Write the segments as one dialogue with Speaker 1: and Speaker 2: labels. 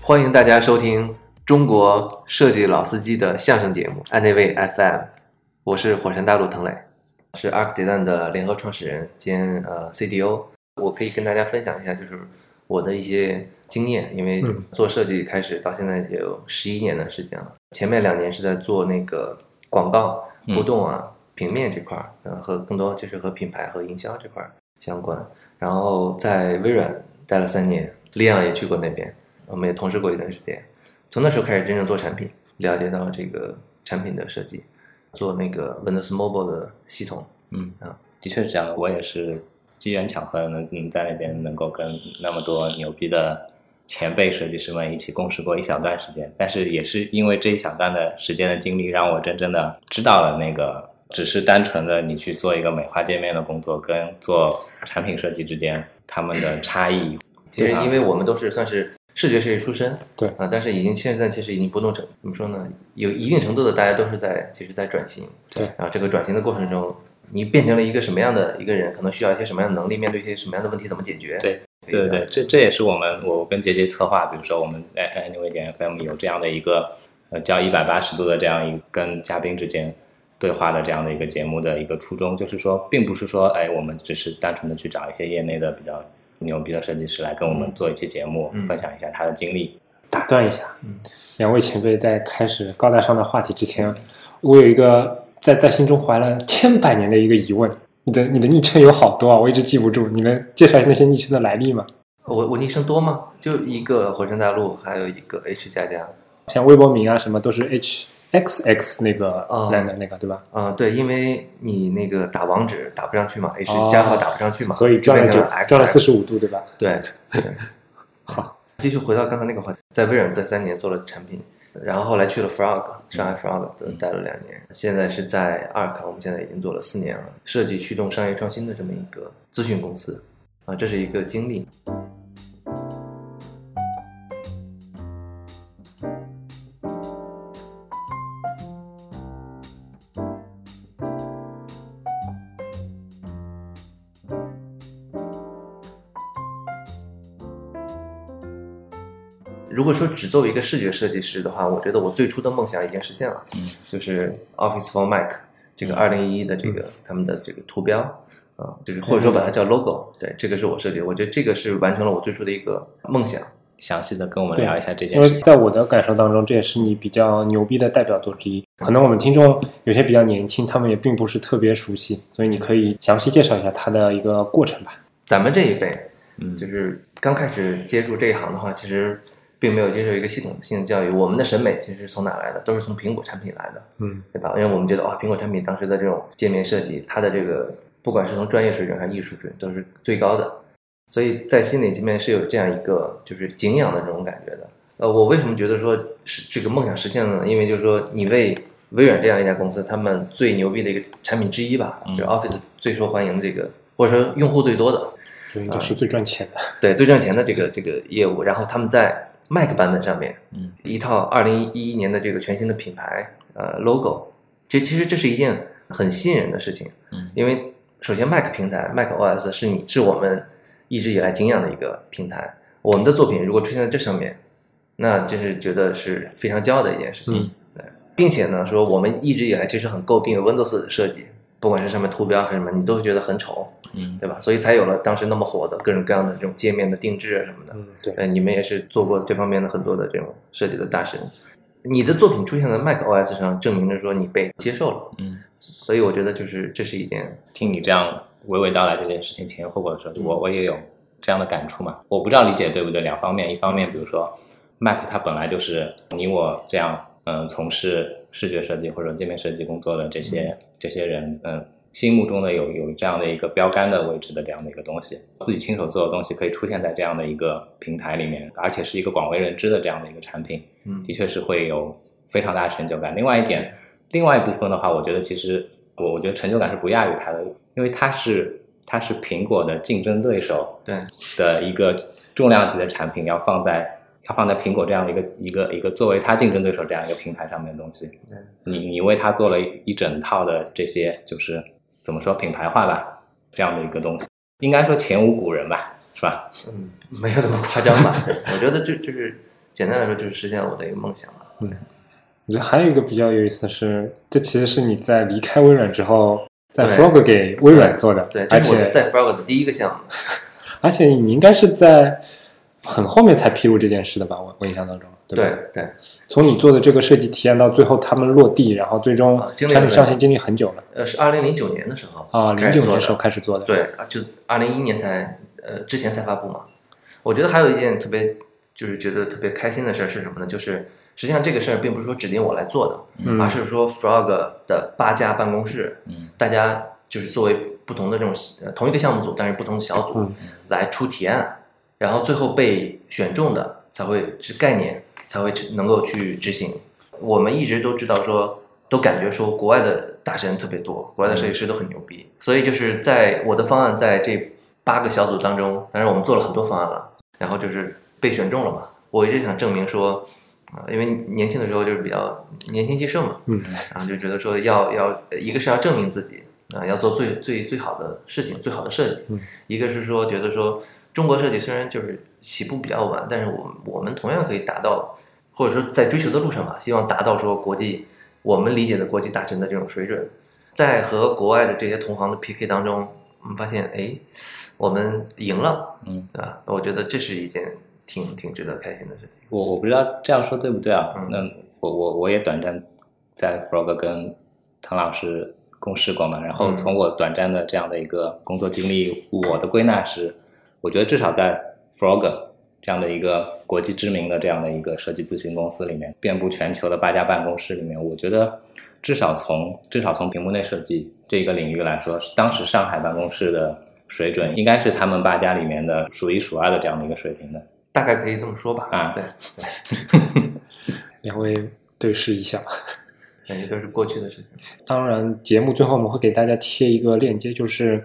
Speaker 1: 欢迎大家收听中国设计老司机的相声节目《安内卫 FM》，我是火山大陆滕磊，是 Arc Design 的联合创始人兼呃 CDO。我可以跟大家分享一下，就是我的一些经验，因为
Speaker 2: 嗯
Speaker 1: 做设计开始到现在也有十一年的时间了。前面两年是在做那个广告
Speaker 3: 嗯
Speaker 1: 活动啊、平面这块儿，呃，和更多就是和品牌和营销这块儿相关。然后在微软待了三年，利昂也去过那边，我们也同事过一段时间。从那时候开始真正做产品，了解到这个产品的设计，做那个 Windows Mobile 的系统。
Speaker 3: 嗯
Speaker 1: 啊，
Speaker 3: 的确是这样的。我也是机缘巧合能嗯在那边能够跟那么多牛逼的前辈设计师们一起共事过一小段时间，但是也是因为这一小段的时间的经历，让我真正的知道了那个只是单纯的你去做一个美化界面的工作，跟做产品设计之间他们的差异。
Speaker 1: 其实
Speaker 3: 对啊
Speaker 1: 因为我们都是算是视觉设计出身，
Speaker 2: 对
Speaker 1: 啊，但是已经现在其实已经不动程怎么说呢？有一定程度的，大家都是在其实在转型，
Speaker 2: 对
Speaker 1: 然后这个转型的过程中，你变成了一个什么样的一个人，可能需要一些什么样的能力，面对一些什么样的问题，怎么解决？
Speaker 3: 对对对对，这这也是我们我跟杰杰策划，比如说我们哎 Anyway 点 FM 有这样的一个呃叫一百八十度的这样一个跟嘉宾之间对话的这样的一个节目的一个初衷，就是说，并不是说哎我们只是单纯的去找一些业内的比较牛逼的设计师来跟我们做一期节目，
Speaker 1: 嗯
Speaker 3: 分享一下他的经历。
Speaker 2: 打断一下，
Speaker 1: 嗯
Speaker 2: 两位前辈在开始高大上的话题之前，我有一个在在心中怀了千百年的一个疑问。你的你的昵称有好多啊，我一直记不住。你能介绍一下那些昵称的来历吗？
Speaker 1: 我我昵称多吗？就一个火山大陆，还有一个 H 加加。
Speaker 2: 像微博名啊什么都是 H X X 那个
Speaker 1: 哦
Speaker 2: 那个那个对吧？
Speaker 1: 啊、对，因为你那个打网址打不上去嘛，H 加号打不上去嘛，
Speaker 2: 哦所以
Speaker 1: 就
Speaker 2: 转了
Speaker 1: 变成
Speaker 2: 九
Speaker 1: 了 X
Speaker 2: 转了四十五度对吧？
Speaker 1: 对，
Speaker 2: 好，
Speaker 1: 继续回到刚才那个话题，在微软这三年做了产品，然后后来去了 Frog，上海 Frog 对
Speaker 2: 嗯
Speaker 1: 待了两年，现在是在 Arc，我们现在已经做了四年了，设计驱动商业创新的这么一个咨询公司，啊，这是一个经历。如果说只作为一个视觉设计师的话，我觉得我最初的梦想已经实现了，
Speaker 3: 嗯
Speaker 1: 就是 Office for Mac 这个二零一一的这个、他们的这个图标啊，就是或者说把它叫 logo，、对，这个是我设计，我觉得这个是完成了我最初的一个梦想。
Speaker 3: 详细的跟我们
Speaker 2: 对
Speaker 3: 聊一下这件
Speaker 2: 因为
Speaker 3: 事情。
Speaker 2: 在我的感受当中，这也是你比较牛逼的代表作之一。可能我们听众有些比较年轻，他们也并不是特别熟悉，所以你可以详细介绍一下它的一个过程吧。
Speaker 1: 咱们这一辈
Speaker 3: 嗯
Speaker 1: 就，是刚开始接触这一行的话，其实并没有接受一个系统性的教育。我们的审美其实是从哪来的？都是从苹果产品来的，
Speaker 2: 嗯，
Speaker 1: 对吧？因为我们觉得哇、苹果产品当时的这种界面设计，它的这个不管是从专业水准还是艺术水准，都是最高的。所以在心理层面是有这样一个就是敬仰的这种感觉的。呃，我为什么觉得说是这个梦想实现了呢？因为就是说你为微软这样一家公司，他们最牛逼的一个产品之一吧，
Speaker 3: 嗯
Speaker 1: 就是 Office 最受欢迎的这个，或者说用户最多的，
Speaker 2: 所以这是最赚钱的。
Speaker 1: 对最赚钱的这个这个业务，然后他们在 Mac 版本上面，
Speaker 3: 嗯，
Speaker 1: 一套二零一一年的这个全新的品牌呃 logo，其其实这是一件很吸引人的事情，
Speaker 3: 嗯
Speaker 1: 因为首先 Mac 平台 Mac OS 是你是我们一直以来敬仰的一个平台，我们的作品如果出现在这上面，那就是觉得是非常骄傲的一件事情。
Speaker 2: 嗯
Speaker 1: 对，并且呢，说我们一直以来其实很诟病 Windows 的设计，不管是上面图标还是什么，你都会觉得很丑。
Speaker 3: 嗯
Speaker 1: 对吧？所以才有了当时那么火的各种各样的这种界面的定制啊什么的。
Speaker 2: 嗯，对。
Speaker 1: 呃，你们也是做过这方面的很多的这种设计的大神，你的作品出现在 Mac OS 上，证明着说你被接受了。
Speaker 3: 嗯。
Speaker 1: 所以我觉得就是这是一件，
Speaker 3: 听你这样娓娓道来这件事情前因后果的时候，我我也有这样的感触嘛。我不知道理解对不对，两方面，一方面比如说 Mac 它本来就是你我这样，嗯、从事视觉设计或者界面设计工作的这些、这些人，嗯、心目中的有有这样的一个标杆的位置的这样的一个东西，自己亲手做的东西可以出现在这样的一个平台里面，而且是一个广为人知的这样的一个产品，
Speaker 1: 嗯
Speaker 3: 的确是会有非常大的成就感。另外一点，另外一部分的话，我觉得其实我我觉得成就感是不亚于它的，因为它是它是苹果的竞争对手
Speaker 1: 对，
Speaker 3: 的一个重量级的产品，要放在它放在苹果这样的一个一个一个作为它竞争对手这样一个平台上面的东西
Speaker 1: 对，
Speaker 3: 你你为它做了一整套的这些就是怎么说品牌化吧这样的一个东西，应该说前无古人吧，是吧？
Speaker 1: 嗯，没有那么夸张吧？我觉得这就是简单来说，就是实现了我的一个梦想吧。
Speaker 2: 我觉得还有一个比较有意思的是，这其实是你在离开微软之后，在
Speaker 1: 对
Speaker 2: Frog 给微软做的，
Speaker 1: 对，这
Speaker 2: 而
Speaker 1: 是我
Speaker 2: 且
Speaker 1: 在 Frog 的第一个项目。
Speaker 2: 而且你应该是在很后面才披露这件事的吧？我我印象当中，对吧？
Speaker 1: 对对，
Speaker 2: 从你做的这个设计体验到最后他们落地，然后最终
Speaker 1: 啊经历
Speaker 2: 产
Speaker 1: 了
Speaker 2: 品上线，经历很久了
Speaker 1: 呃，是二零零九年的时候
Speaker 2: 啊，零
Speaker 1: 开始
Speaker 2: 九
Speaker 1: 做
Speaker 2: 年时候
Speaker 1: 的
Speaker 2: 开始做的，
Speaker 1: 对，啊就二零一一年才呃之前才发布嘛。我觉得还有一件特别就是觉得特别开心的事儿是什么呢？就是实际上这个事儿并不是说指定我来做的，
Speaker 2: 嗯
Speaker 1: 而是说 Frog 的八家办公室，
Speaker 3: 嗯
Speaker 1: 大家就是作为不同的这种呃同一个项目组，但是不同的小组
Speaker 2: 嗯
Speaker 1: 来出提案，然后最后被选中的才会是概念，才会去能够去执行。我们一直都知道说，都感觉说国外的大神特别多，国外的设计师都很牛逼，所以就是在我的方案在这八个小组当中，当然我们做了很多方案了，然后就是被选中了嘛。我一直想证明说，呃因为年轻的时候就是比较年轻气盛嘛，
Speaker 2: 嗯，
Speaker 1: 然后就觉得说要要呃一个是要证明自己啊、呃要做最最最好的事情，最好的设计，
Speaker 2: 嗯
Speaker 1: 一个是说觉得说中国设计虽然就是起步比较晚，但是我们我们同样可以达到，或者说在追求的路上吧，希望达到说国际我们理解的国际大神的这种水准，在和国外的这些同行的 PK 当中，我们发现哎，我们赢了，
Speaker 3: 嗯，
Speaker 1: 对吧？我觉得这是一件挺挺值得开心的事情。
Speaker 3: 我我不知道这样说对不对啊？
Speaker 1: 嗯
Speaker 3: 那我我我也短暂在 Frog 跟唐老师共事过嘛，然后
Speaker 1: 嗯
Speaker 3: 从我短暂的这样的一个工作经历，我的归纳是，我觉得至少在 Frog 这样的一个国际知名的这样的一个设计咨询公司里面，遍布全球的八家办公室里面，我觉得至少从至少从屏幕内设计这个领域来说，当时上海办公室的水准应该是他们八家里面的数一数二的这样的一个水平的。
Speaker 1: 大概可以这么说吧，
Speaker 3: 啊
Speaker 1: 对，
Speaker 2: 两位对视一下。
Speaker 1: 感觉都是过去的事情。
Speaker 2: 当然，节目最后我们会给大家贴一个链接，就是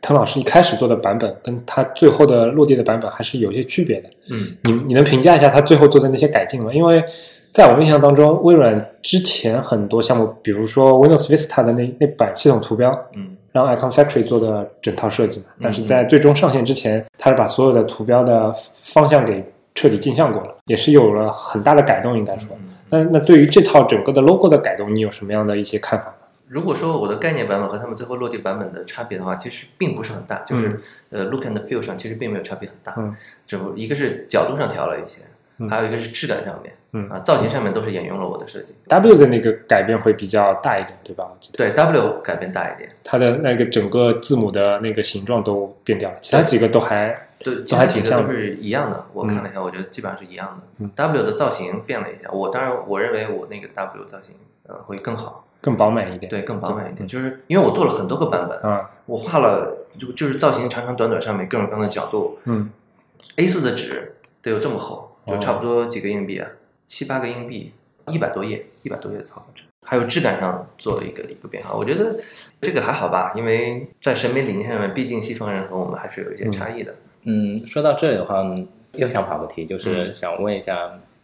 Speaker 2: 滕老师一开始做的版本跟他最后的落地的版本还是有一些区别的。
Speaker 1: 嗯，
Speaker 2: 你你能评价一下他最后做的那些改进吗？因为在我印象当中，微软之前很多项目，比如说 Windows Vista 的那那版系统图标，
Speaker 1: 嗯，
Speaker 2: 让 Icon Factory 做的整套设计嘛，但是
Speaker 1: 嗯
Speaker 2: 在最终上线之前，它是把所有的图标的方向给彻底镜像过了，也是有了很大的改动，应该
Speaker 1: 嗯
Speaker 2: 说。那那对于这套整个的 logo 的改动，你有什么样的一些看法吗？
Speaker 1: 如果说我的概念版本和他们最后落地版本的差别的话，其实并不是很大，就是、呃，look and feel 上其实并没有差别很大，
Speaker 2: 嗯
Speaker 1: 只不一个是角度上调了一些，
Speaker 2: 嗯
Speaker 1: 还有一个是质感上面，
Speaker 2: 嗯
Speaker 1: 啊，造型上面都是沿用了我的设计。
Speaker 2: W 的那个改变会比较大一点，对吧？我记得
Speaker 1: 对 W 改变大一点，
Speaker 2: 它的那个整个字母的那个形状都变掉了，其他几个都还
Speaker 1: 对，其
Speaker 2: 都
Speaker 1: 他
Speaker 2: 还
Speaker 1: 几
Speaker 2: 挺
Speaker 1: 个
Speaker 2: 像
Speaker 1: 都
Speaker 2: 的。
Speaker 1: 是一样的。我看了一下，我觉得基本上是一样的
Speaker 2: 嗯。
Speaker 1: W 的造型变了一下，我当然我认为我那个 W 造型呃会更好，
Speaker 2: 更饱满一点。
Speaker 1: 对，更饱满一点。
Speaker 2: 嗯
Speaker 1: 就是因为我做了很多个版本，
Speaker 2: 啊，
Speaker 1: 我画了就就是造型长长短短上面各种各样的角度，
Speaker 2: 嗯
Speaker 1: A 4的纸得有这么厚，
Speaker 2: 哦
Speaker 1: 就差不多几个硬币啊，七八个硬币，一百多页，一百多页的草稿纸，还有质感上做了一个一个变化。我觉得这个还好吧，因为在审美理念上面，毕竟西方人和我们还是有一些差异的。
Speaker 3: 嗯，说到这里的话，嗯又想跑个题，就是想问一下，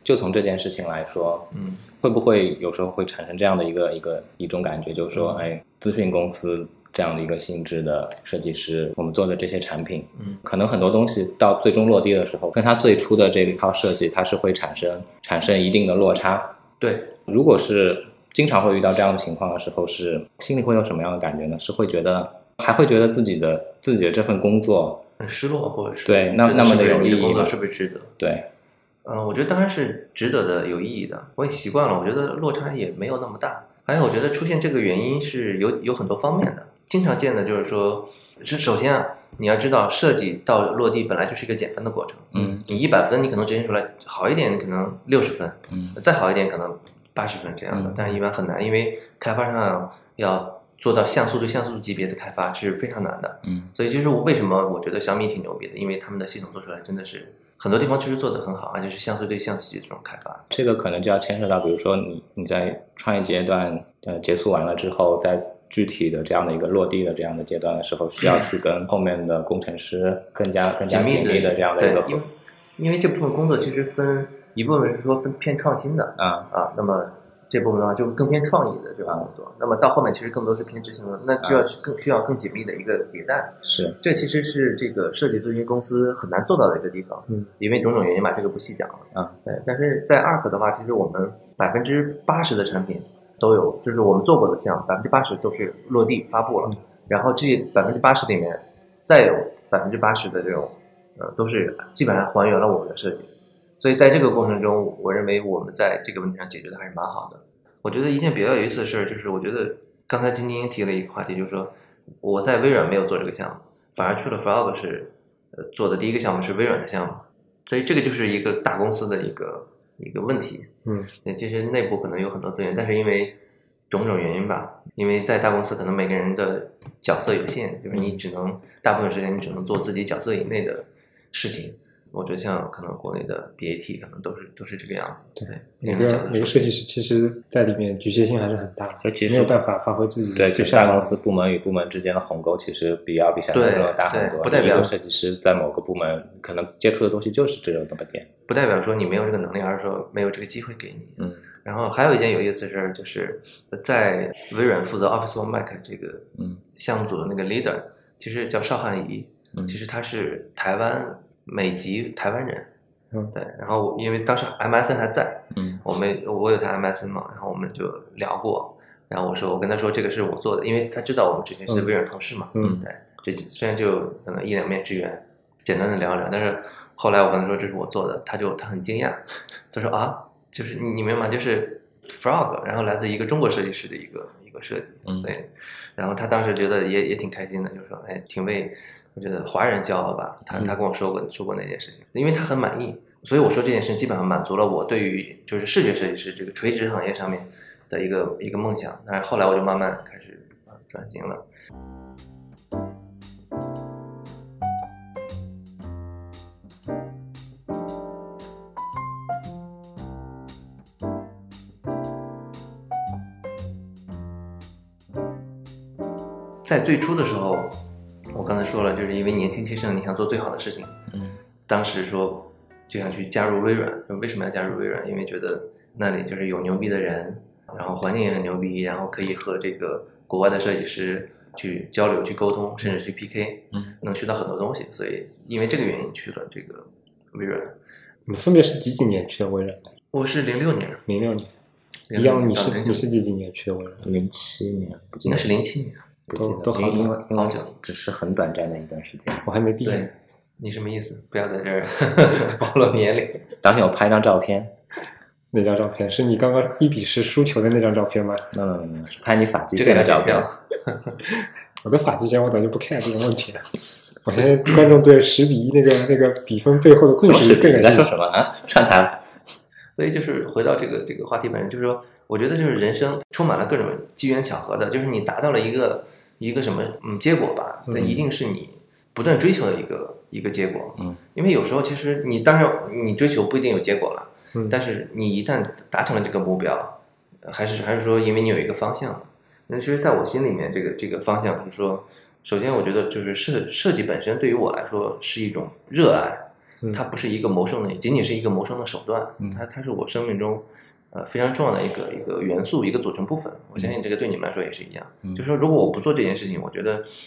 Speaker 3: 就从这件事情来说，
Speaker 1: 嗯，
Speaker 3: 会不会有时候会产生这样的一个一个一种感觉，就是说，
Speaker 1: 嗯
Speaker 3: 哎，咨询公司这样的一个性质的设计师，我们做的这些产品，
Speaker 1: 嗯，
Speaker 3: 可能很多东西到最终落地的时候，跟它最初的这一套设计，它是会产生产生一定的落差。
Speaker 1: 对，
Speaker 3: 如果是经常会遇到这样的情况的时候，是心里会有什么样的感觉呢？是会觉得，还会觉得自己的自己的这份工作，
Speaker 1: 很失落，或者是
Speaker 3: 对那
Speaker 1: 觉得
Speaker 3: 那么
Speaker 1: 是不
Speaker 3: 的
Speaker 1: 是
Speaker 3: 有
Speaker 1: 你
Speaker 3: 意义
Speaker 1: 工作
Speaker 3: 吗
Speaker 1: 是不是值得？
Speaker 3: 对，
Speaker 1: 嗯、我觉得当然是值得的，有意义的。我也习惯了，我觉得落差也没有那么大。还有，我觉得出现这个原因是有有很多方面的，经常见的就是说，是首先啊，你要知道设计到落地本来就是一个减分的过程。
Speaker 3: 嗯
Speaker 1: 你一百分，你可能执行出来好一点，你可能六十分，
Speaker 3: 嗯
Speaker 1: 再好一点可能八十分这样的
Speaker 3: 嗯，
Speaker 1: 但是一般很难，因为开发上要做到像素对像素级别的开发是非常难的。
Speaker 3: 嗯
Speaker 1: 所以就是我为什么我觉得小米挺牛逼的，因为他们的系统做出来真的是很多地方确实做得很好，而且是像素对像素级这种开发。
Speaker 3: 这个可能就要牵涉到，比如说你你在创业阶段呃结束完了之后，在具体的这样的一个落地的这样的阶段的时候，需要去跟后面的工程师更加更加紧密的这样的一个
Speaker 1: 对，因
Speaker 3: 合
Speaker 1: 为因为这部分工作其实分一部分是说分偏创新的
Speaker 3: 啊
Speaker 1: 啊，那么这部分的话，就更偏创意的这种工作。那么到后面其实更多是偏执行的，那
Speaker 3: 啊
Speaker 1: 就要去更需要更紧密的一个迭代。
Speaker 3: 是
Speaker 1: 这其实是这个设计咨询公司很难做到的一个地方，
Speaker 2: 嗯，
Speaker 1: 因为种种原因吧，这个不细讲了
Speaker 3: 啊。
Speaker 1: 对，但是在 ARC 的话，其实我们百分之八十的产品都有，就是我们做过的项目，百分之八十都是落地发布了，然后这百分之八十里面再有百分之八十的这种，呃，都是基本上还原了我们的设计。所以在这个过程中，我认为我们在这个问题上解决的还是蛮好的。我觉得一件比较有意思的事儿，就是我觉得刚才金晶提了一个话题，就是说我在微软没有做这个项目，反而去了 Frog 是呃做的第一个项目是微软的项目，所以这个就是一个大公司的一个一个问题。
Speaker 2: 嗯，
Speaker 1: 对，其实内部可能有很多资源，但是因为种种原因吧，因为在大公司可能每个人的角色有限，就是你只能大部分时间你只能做自己角色以内的事情。我觉得像可能国内的 BAT 可能都是都是这个样子，
Speaker 2: 对
Speaker 1: 对，
Speaker 2: 每
Speaker 1: 人
Speaker 2: 个
Speaker 1: 角色
Speaker 2: 每个设计师其实在里面局限性还是很大的
Speaker 3: 尤其，是
Speaker 2: 没有办法发挥自己
Speaker 3: 对，就
Speaker 2: 最
Speaker 3: 是大
Speaker 2: 擅长
Speaker 3: 公
Speaker 2: 的
Speaker 3: 司部门与部门之间的鸿沟，其实比要比想象
Speaker 1: 对
Speaker 3: 中要大很
Speaker 1: 对
Speaker 3: 多。
Speaker 1: 不代表
Speaker 3: 一个设计师在某个部门可能接触的东西就是只有那么点。
Speaker 1: 不代表说你没有这个能力，而是说没有这个机会给你。
Speaker 3: 嗯，
Speaker 1: 然后还有一件有意思的事儿，就是在微软负责 Office One Mac 这个
Speaker 3: 嗯
Speaker 1: 项目组的那个 leader，其实叫邵汉仪，
Speaker 3: 嗯
Speaker 1: 其实他是台湾美籍台湾人。
Speaker 2: 嗯
Speaker 1: 对。然后因为当时 MSN 还在，
Speaker 3: 嗯
Speaker 1: 我们我有台 MSN 嘛，然后我们就聊过，然后我说我跟他说这个是我做的，因为他知道我们之前是微软同事嘛，
Speaker 2: 嗯
Speaker 1: 对，这虽然就可能一两面之缘，简单的聊一聊，但是后来我跟他说这是我做的，他就他很惊讶，他说啊，就是你你明白吗？就是 Frog，然后来自一个中国设计师的一个一个设计，
Speaker 3: 嗯
Speaker 1: 对，然后他当时觉得也也挺开心的，就说哎，挺为我觉得华人骄傲吧，他他跟我说过说过那件事情，因为他很满意，所以我说这件事基本上满足了我对于就是视觉设计师这个垂直行业上面的一个一个梦想，但是后来我就慢慢开始呃转型了。在最初的时候，我刚才说了，就是因为年轻气盛，你想做最好的事情。
Speaker 3: 嗯
Speaker 1: 当时说就想去加入微软，就为什么要加入微软？因为觉得那里就是有牛逼的人，然后环境也很牛逼，然后可以和这个国外的设计师去交流、去沟通，甚至去 PK，
Speaker 3: 嗯，
Speaker 1: 能学到很多东西。所以因为这个原因去了这个微软。
Speaker 2: 你分别是几几年去的微软的？
Speaker 1: 我是零六年，
Speaker 2: 零六年，
Speaker 1: 06
Speaker 2: 一样，你
Speaker 1: 到
Speaker 2: 是
Speaker 1: 09
Speaker 2: 你是几几年去的微软？
Speaker 3: 零七年不记
Speaker 1: 应
Speaker 3: 得
Speaker 1: 该是零七年，
Speaker 3: 不记得
Speaker 2: 都都好
Speaker 3: 因
Speaker 2: 久
Speaker 3: 为因为
Speaker 1: 好久
Speaker 3: 只是很短暂的一段时间。
Speaker 2: 我还没毕
Speaker 1: 对
Speaker 2: 业。。
Speaker 1: 你什么意思？不要在这儿 暴露年龄。
Speaker 3: 当天我拍一张照片，
Speaker 2: 那张照片是你刚刚一比十输球的那张照片吗？
Speaker 3: 没有没有没有，是嗯拍你发际
Speaker 1: 这
Speaker 3: 线
Speaker 1: 个
Speaker 3: 的
Speaker 1: 要剪
Speaker 3: 照片。
Speaker 1: 掉。
Speaker 2: 我的发际线我早就不 care 这个问题了。我现在观众对十比一那个那个比分背后的故
Speaker 3: 不是
Speaker 2: 事更
Speaker 3: 你在
Speaker 2: 感兴
Speaker 3: 说
Speaker 2: 趣
Speaker 3: 什。么啊？串台了。
Speaker 1: 所以就是回到这个这个话题本身，就是说，我觉得就是人生充满了各种机缘巧合的，就是你达到了一个一个什么嗯结果吧，
Speaker 2: 嗯
Speaker 1: 但一定是你不断追求的一个一个结果。
Speaker 3: 嗯，
Speaker 1: 因为有时候其实你当然你追求不一定有结果了，
Speaker 2: 嗯，
Speaker 1: 但是你一旦达成了这个目标，呃还是还是说因为你有一个方向。那其实，在我心里面，这个这个方向就是说，首先我觉得就是设设计本身对于我来说是一种热爱，
Speaker 2: 嗯
Speaker 1: 它不是一个谋生的，仅仅是一个谋生的手段，
Speaker 3: 嗯
Speaker 1: 它它是我生命中呃非常重要的一个一个元素，一个组成部分。我
Speaker 2: 嗯
Speaker 1: 相信这个对你们来说也是一样，
Speaker 3: 嗯
Speaker 1: 就是说如果我不做这件事情，我觉得会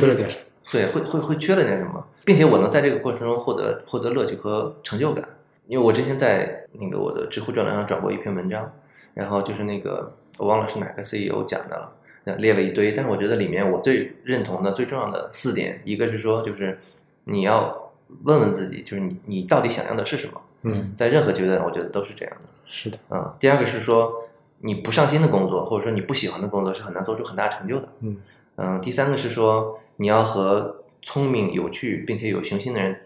Speaker 2: 缺了点什么。
Speaker 1: 对，会会会缺了点什么，并且我能在这个过程中获得获得乐趣和成就感。因为我之前在那个我的知乎专栏上转过一篇文章，然后就是那个我忘了是哪个 CEO 讲的了，那列了一堆，但是我觉得里面我最认同的最重要的四点，一个是说就是你要问问自己，就是你你到底想要的是什么，
Speaker 2: 嗯，
Speaker 1: 在任何阶段我觉得都是这样的。
Speaker 2: 是的，
Speaker 1: 嗯，第二个是说你不上心的工作，或者说你不喜欢的工作是很难做出很大成就的。
Speaker 2: 嗯
Speaker 1: 嗯，第三个是说你要和聪明、有趣并且有雄心的人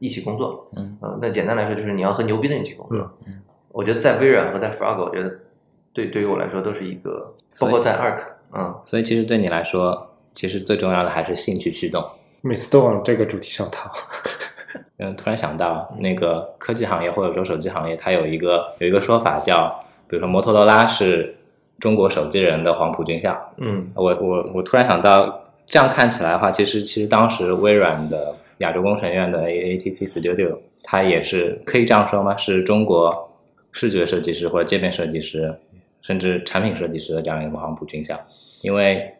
Speaker 1: 一起工作。
Speaker 3: 嗯
Speaker 1: 呃，那简单来说就是你要和牛逼的人一起工作。
Speaker 2: 嗯
Speaker 3: 嗯
Speaker 1: 我觉得在微软和在 Frog，我觉得对对于我来说都是一个，包括在 Arc，嗯，
Speaker 3: 所以其实对你来说，其实最重要的还是兴趣驱动。
Speaker 2: 每次都往这个主题上套。
Speaker 3: 嗯，突然想到那个科技行业或者说手机行业，它有一个有一个说法叫，比如说摩托罗拉是中国手机人的黄埔军校。
Speaker 1: 嗯
Speaker 3: 我我我突然想到，这样看起来的话，其实其实当时微软的亚洲工程院的 A A T C Studio，它也是可以这样说吗？是中国视觉设计师或者界面设计师甚至产品设计师的这样一个行不均效，因为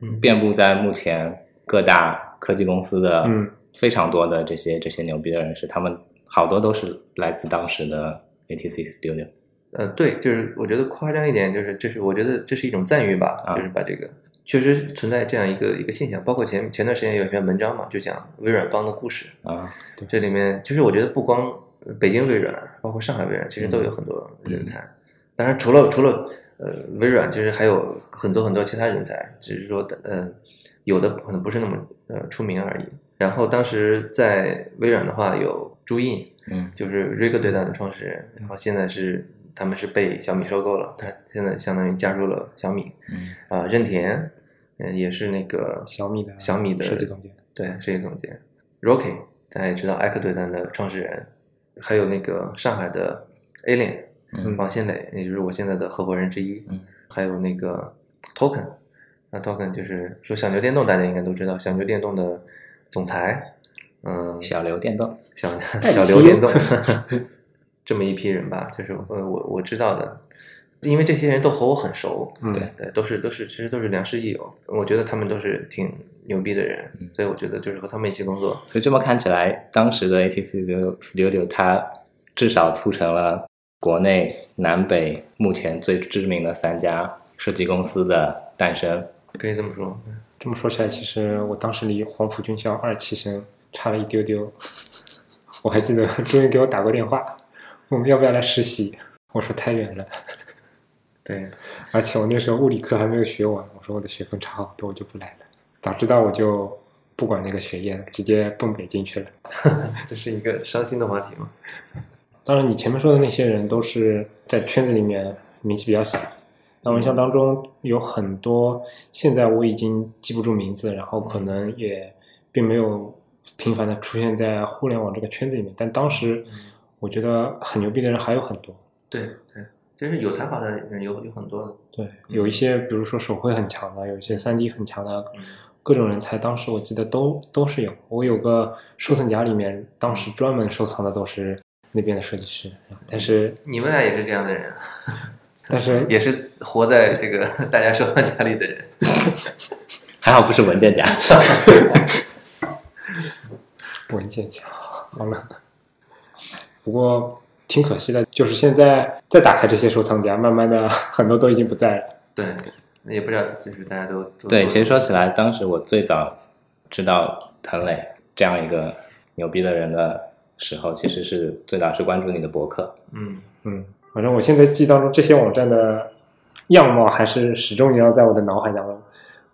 Speaker 1: 嗯
Speaker 3: 遍布在目前各大科技公司的
Speaker 2: 嗯
Speaker 3: 非常多的这些这些牛逼的人士，他们好多都是来自当时的 ATC Studio。
Speaker 1: 呃，对，就是我觉得夸张一点，就是这是我觉得这是一种赞誉吧，
Speaker 3: 啊
Speaker 1: 就是把这个确实存在这样一个一个现象，包括前前段时间有一篇文章嘛，就讲微软帮的故事，
Speaker 3: 啊，
Speaker 1: 这里面其实我觉得不光呃北京微软，包括上海微软，其实
Speaker 2: 嗯
Speaker 1: 都有很多人才。当然，除了除了呃微软，其实还有很多很多其他人才，只是说呃有的可能不是那么呃出名而已。然后当时在微软的话，有朱印，
Speaker 3: 嗯
Speaker 1: 就是 Rig 对战的创始人，然后现在是他们是被小米收购了，他现在相当于加入了小米
Speaker 3: 嗯
Speaker 1: 啊、呃任田，嗯、也是那个
Speaker 2: 小米的
Speaker 1: 小米的
Speaker 2: 设计总监，
Speaker 1: 对，设计总监 Rocky，大家也知道艾克队团的创始人，还有那个上海的 Alien
Speaker 3: 嗯
Speaker 1: 王先磊，也就是我现在的合伙人之一，
Speaker 3: 嗯
Speaker 1: 还有那个 Token，那 Token 就是说小牛电动，大家应该都知道，小牛电动的总裁，嗯，
Speaker 3: 小刘电动，
Speaker 1: 小
Speaker 2: 你
Speaker 1: 小刘
Speaker 2: 说
Speaker 1: 联动，这么一批人吧，就是呃，我我知道的，因为这些人都和我很熟，
Speaker 2: 嗯
Speaker 3: 对
Speaker 1: 对，都是都是，其实都是良师益友，我觉得他们都是挺牛逼的人，
Speaker 3: 嗯
Speaker 1: 所以我觉得就是和他们一起工作，
Speaker 3: 所以这么看起来，当时的 ATC Studio- Studio 它至少促成了国内南北目前最知名的三家设计公司的诞生。
Speaker 1: 可以这么说，
Speaker 2: 这么说起来，其实我当时离黄埔军校二期生差了一丢丢。我还记得朱云给我打过电话，我们要不要来实习？我说太远了，
Speaker 1: 对，
Speaker 2: 而且我那时候物理课还没有学完，我说我的学分差好多，我就不来了。早知道我就不管那个学业了，直接奔北京去了。
Speaker 1: 这是一个伤心的话题嘛，
Speaker 2: 当然，你前面说的那些人都是在圈子里面名气比较小。那我印象当中有很多，现在我已经记不住名字，然后可能也并没有频繁的出现在互联网这个圈子里面。但当时我觉得很牛逼的人还有很多，
Speaker 1: 对对，其实有才华的人有有很多的，
Speaker 2: 对，有一些比如说手绘很强的，有一些三 D 很强的
Speaker 1: 嗯，
Speaker 2: 各种人才，当时我记得都都是有。我有个收藏夹里面，当时专门收藏的都是那边的设计师，但是
Speaker 1: 你们俩也是这样的人啊，
Speaker 2: 但是
Speaker 1: 也是活在这 个大家收藏夹里的人，
Speaker 3: 还好不是文件夹。
Speaker 2: 文件夹，好了。不过挺可惜的，就是现在再打开这些收藏夹，慢慢的很多都已经不在了。
Speaker 1: 对，也不知道就是大家都都
Speaker 3: 对，其实说起来，当时我最早知道谭磊这样一个牛逼的人的时候，其实是最早是关注你的博客。
Speaker 1: 嗯。
Speaker 2: 嗯，反正我现在记忆当中这些网站的样貌还是始终萦绕在我的脑海当中。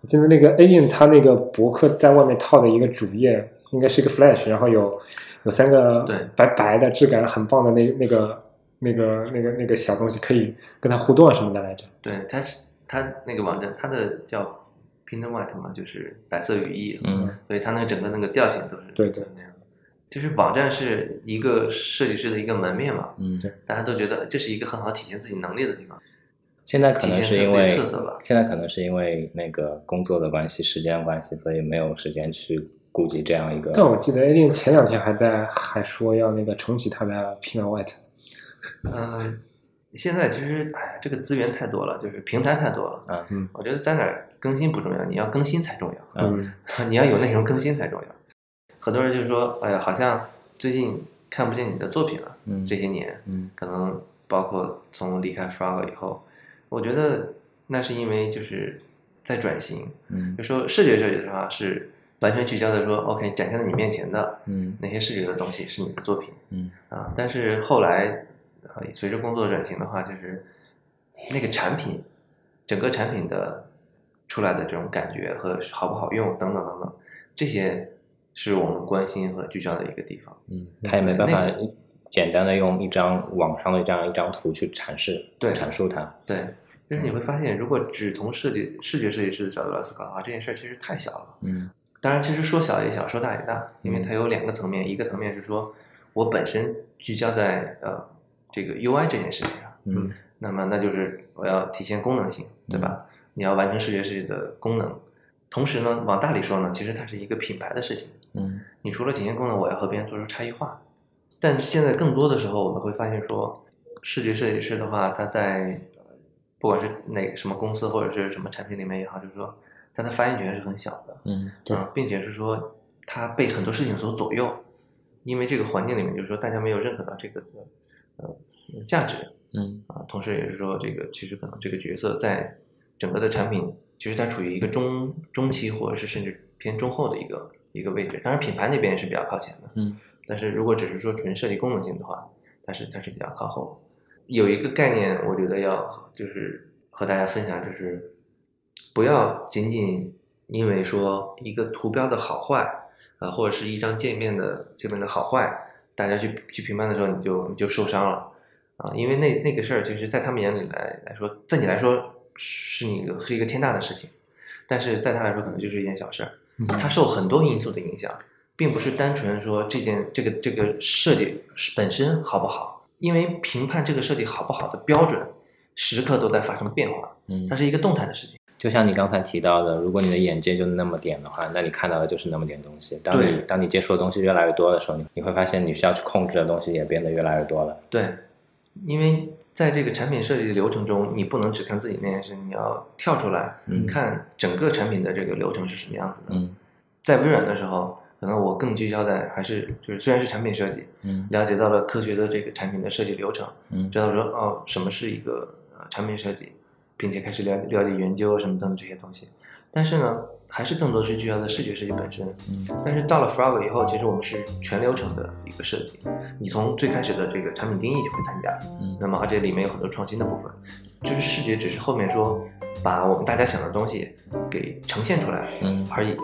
Speaker 2: 我记得那个 Alien 它那个博客在外面套的一个主页，应该是一个 Flash，然后有有三个
Speaker 1: 对
Speaker 2: 白白的质感很棒的那那个那个那个那个小东西，可以跟它互动啊什么的来着。
Speaker 1: 对，它是它那个网站，它的叫 Pink and White 嘛，就是白色语义，
Speaker 3: 嗯，
Speaker 1: 所以它那个整个那个调性都是
Speaker 2: 对对
Speaker 1: 那样的。就是网站是一个设计师的一个门面嘛，
Speaker 3: 嗯
Speaker 1: 大家都觉得这是一个很好体现自己能力的地方。
Speaker 3: 现在可能是因为
Speaker 1: 体现出自己特色吧
Speaker 3: 现在可能是因为那个工作的关系、时间关系，所以没有时间去顾及这样一个。
Speaker 2: 但我记得 A 恋前两天还在还说要那个重启他的 Pina White，
Speaker 1: 嗯、现在其实哎呀，这个资源太多了，就是平台太多了。
Speaker 3: 啊
Speaker 2: 嗯
Speaker 1: 我觉得在哪儿更新不重要，你要更新才重要。
Speaker 2: 嗯，
Speaker 1: 你要有内容更新才重要。很多人就说，哎呀，好像最近看不见你的作品了，
Speaker 3: 嗯
Speaker 1: 这些年，
Speaker 3: 嗯
Speaker 1: 可能包括从离开 Frog 以后，我觉得那是因为就是在转型。
Speaker 3: 嗯
Speaker 1: 就说视觉设计的话，是完全聚焦的说，OK，展现在你面前的
Speaker 3: 嗯
Speaker 1: 那些视觉的东西是你的作品
Speaker 3: 嗯
Speaker 1: 啊。但是后来，呃，随着工作转型的话，就是那个产品，整个产品的出来的这种感觉和好不好用等等等等，这些是我们关心和聚焦的一个地方。
Speaker 3: 嗯，他也没办法
Speaker 1: 那个
Speaker 3: 简单的用一张网上的这样一张图去阐释、
Speaker 1: 对
Speaker 3: 阐述它。
Speaker 1: 对，就是你会发现，如果只从设计视觉设计师的角度来思考的话，这件事儿其实太小了。
Speaker 3: 嗯
Speaker 1: 当然，其实说小也小，说大也大，因为它有两个层面，一个层面是说我本身聚焦在呃这个 UI 这件事情上，
Speaker 3: 嗯
Speaker 1: 那么那就是我要体现功能性，对吧？你要完成视觉设计的功能，同时呢，往大里说呢，其实它是一个品牌的事情。
Speaker 3: 嗯
Speaker 1: 你除了体现功能，我要和别人做出差异化。但是现在更多的时候，我们会发现说，视觉设计师的话，他在呃不管是哪什么公司或者是什么产品里面也好，就是说，但它发言权是很小的，
Speaker 3: 嗯
Speaker 2: 对
Speaker 1: 啊并且是说它被很多事情所左右，因为这个环境里面就是说大家没有认可到这个呃价值
Speaker 3: 嗯
Speaker 1: 啊，同时也是说这个其实可能这个角色在整个的产品其实它处于一个中中期或者是甚至偏中后的一个一个位置，当然品牌那边是比较靠前的，
Speaker 3: 嗯
Speaker 1: 但是如果只是说纯设计功能性的话，它是它是比较靠后。有一个概念，我觉得要就是和大家分享，就是不要仅仅因为说一个图标的好坏啊、或者是一张界面的界面的好坏，大家去去评判的时候，你就你就受伤了啊，因为那那个事儿，其实在他们眼里来来说，在你来说是你的是一个天大的事情，但是在他来说可能就是一件小事儿。
Speaker 3: 嗯
Speaker 1: 它受很多因素的影响，并不是单纯说这件这个这个设计本身好不好，因为评判这个设计好不好的标准，时刻都在发生变化，
Speaker 3: 嗯
Speaker 1: 它，是一个动态的事情。
Speaker 3: 就像你刚才提到的，如果你的眼界就那么点的话，那你看到的就是那么点东西。当你
Speaker 1: 对
Speaker 3: 当你接触的东西越来越多的时候，你你会发现你需要去控制的东西也变得越来越多了。
Speaker 1: 对，因为在这个产品设计的流程中，你不能只看自己那件事，你要跳出来、
Speaker 3: 嗯
Speaker 1: 看整个产品的这个流程是什么样子的。
Speaker 3: 嗯
Speaker 1: 在微软的时候，可能我更聚焦在还是就是虽然是产品设计，
Speaker 3: 嗯
Speaker 1: 了解到了科学的这个产品的设计流程，
Speaker 3: 嗯
Speaker 1: 知道说哦什么是一个呃产品设计，并且开始了解了解研究什么等等这些东西。但是呢，还是更多是聚焦在视觉设计本身。
Speaker 3: 嗯
Speaker 1: 但是到了 Frog 以后，其实我们是全流程的一个设计，你从最开始的这个产品定义就会参加，
Speaker 3: 嗯
Speaker 1: 那么而且里面有很多创新的部分，就是视觉只是后面说把我们大家想的东西给呈现出来
Speaker 3: 嗯
Speaker 1: 而已。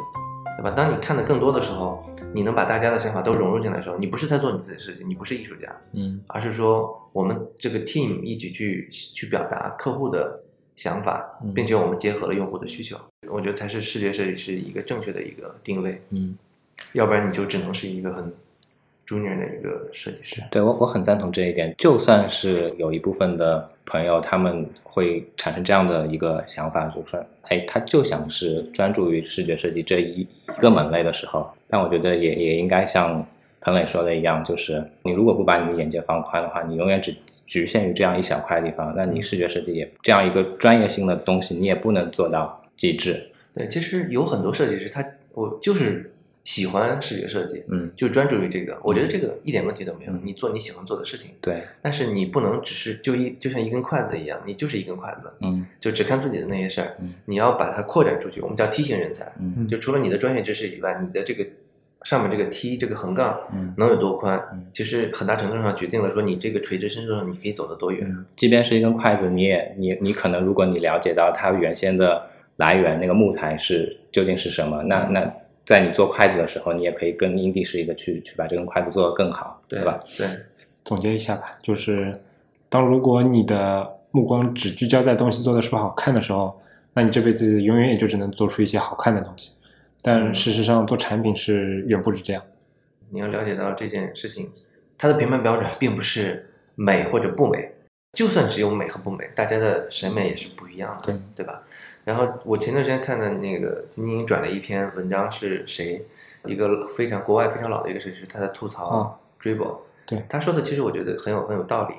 Speaker 1: 对吧？当你看的更多的时候，你能把大家的想法都融入进来的时候，你不是在做你自己的事情，你不是艺术家，
Speaker 3: 嗯
Speaker 1: 而是说我们这个 team 一起去去表达客户的想法
Speaker 3: 嗯，
Speaker 1: 并且我们结合了用户的需求，我觉得才是视觉设计师一个正确的一个定位，
Speaker 3: 嗯，
Speaker 1: 要不然你就只能是一个很 junior 的一个设计师。
Speaker 3: 对我我很赞同这一点。就算是有一部分的朋友，他们会产生这样的一个想法，就是说，哎，他就想是专注于视觉设计这一一个门类的时候，但我觉得也也应该像彭磊说的一样，就是你如果不把你的眼界放宽的话，你永远只局限于这样一小块地方，那你视觉设计也这样一个专业性的东西，你也不能做到极致。
Speaker 1: 对，其实有很多设计师他我就是喜欢视觉设计，
Speaker 3: 嗯，
Speaker 1: 就专注于这个，我觉得这个一点问题都没有，
Speaker 3: 嗯
Speaker 1: 你做你喜欢做的事情，
Speaker 3: 对，
Speaker 1: 但是你不能只是就一就像一根筷子一样，你就是一根筷子，
Speaker 3: 嗯
Speaker 1: 就只看自己的那些事儿
Speaker 3: 嗯，
Speaker 1: 你要把它扩展出去，我们叫梯形人才。
Speaker 3: 嗯
Speaker 1: 就除了你的专业知识以外，你的这个上面这个梯这个横杠
Speaker 3: 嗯。
Speaker 1: 能有多宽，
Speaker 3: 嗯
Speaker 1: 其实很大程度上决定了说你这个垂直深度上你可以走得多远。
Speaker 3: 嗯，即便是一根筷子，你也你你可能，如果你了解到它原先的来源，那个木材是究竟是什么，那
Speaker 1: 嗯
Speaker 3: 那在你做筷子的时候，你也可以更因地制宜的去去把这根筷子做得更好，对吧？？
Speaker 1: 对，
Speaker 2: 总结一下吧，就是当如果你的目光只聚焦在东西做的是不是好看的时候，那你这辈子永远也就只能做出一些好看的东西。但事实上，做产品是远不止这样。
Speaker 1: 你要了解到这件事情，它的评判标准并不是美或者不美，就算只有美和不美，大家的审美也是不一样的，
Speaker 2: 对
Speaker 1: 吧？然后我前段时间看的那个金宁转了一篇文章，是谁？一个非常国外非常老的一个设计师，他在吐
Speaker 2: 哦
Speaker 1: 槽 Dribble，、
Speaker 2: 对
Speaker 1: 他说的其实我觉得很有很有道理。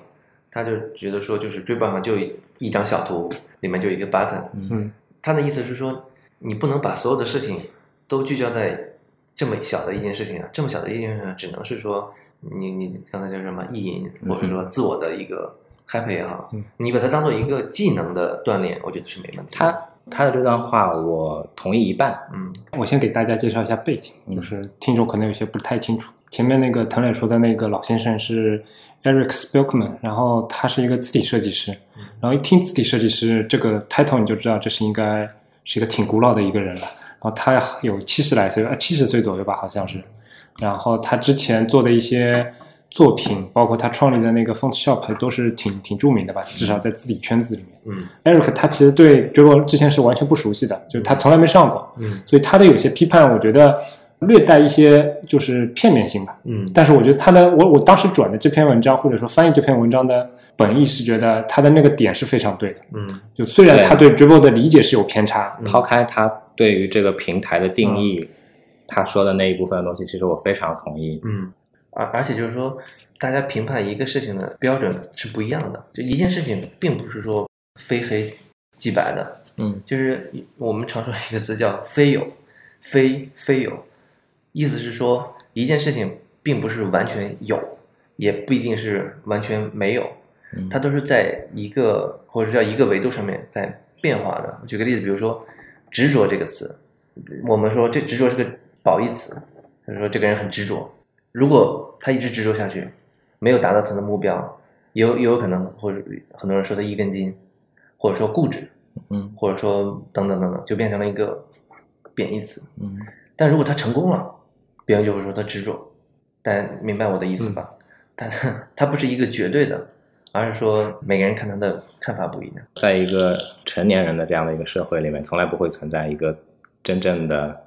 Speaker 1: 他就觉得说，就是 Dribble 好像就一张小图，里面就一个 button，
Speaker 2: 嗯，
Speaker 1: 他的意思是说，你不能把所有的事情都聚焦在这么小的一件事情上，这么小的一件事情上，只能是说你你刚才叫什么意淫，
Speaker 3: 嗯
Speaker 1: 或者说自我的一个 happy 也好，
Speaker 2: 嗯
Speaker 1: 你把它当做一个技能的锻炼，我觉得是没问题。
Speaker 3: 他，他的这段话我同意一半，
Speaker 1: 嗯，
Speaker 2: 我先给大家介绍一下背景，
Speaker 3: 嗯
Speaker 2: 就是听众可能有些不太清楚。前面那个滕磊说的那个老先生是 Eric Spilkman，然后他是一个字体设计师
Speaker 1: 嗯，
Speaker 2: 然后一听字体设计师这个 title 你就知道这是应该是一个挺古老的一个人了。然后他有七十来岁，呃七十岁左右吧，好像是。然后他之前做的一些作品，包括他创立的那个 Font Shop 都是挺挺著名的吧，至少在字体圈子里面。
Speaker 1: 嗯
Speaker 2: Eric 他其实对 Dribble 之前是完全不熟悉的，就是他从来没上过。
Speaker 1: 嗯
Speaker 2: 所以他的有些批判，我觉得略带一些就是片面性吧。
Speaker 1: 嗯
Speaker 2: 但是我觉得他的，我我当时转的这篇文章，或者说翻译这篇文章的本意是觉得他的那个点是非常对的。
Speaker 1: 嗯
Speaker 2: 就虽然他对 dribble 的理解是有偏差，
Speaker 1: 嗯
Speaker 3: 抛开他对于这个平台的定义，他说的那一部分东西，其实我非常同意。
Speaker 1: 嗯，而而且就是说，大家评判一个事情的标准是不一样的，就一件事情并不是说非黑即白的，
Speaker 3: 嗯
Speaker 1: 就是我们常说一个词叫“非有”，非非有，意思是说一件事情并不是完全有，也不一定是完全没有，
Speaker 3: 嗯
Speaker 1: 它都是在一个或者叫一个维度上面在变化的。举个例子，比如说“执着”这个词，我们说这执着是个褒义词，就是说这个人很执着。如果他一直执着下去，没有达到他的目标，也有也有可能，或者很多人说他一根筋，或者说固执，
Speaker 3: 嗯
Speaker 1: 或者说等等等等，就变成了一个贬义词。
Speaker 3: 嗯
Speaker 1: 但如果他成功了，别人就会说他执着。但明白我的意思
Speaker 3: 嗯
Speaker 1: 吧？但 它不是一个绝对的，而是说每个人看他的看法不一样。
Speaker 3: 在一个成年人的这样的一个社会里面，从来不会存在一个真正的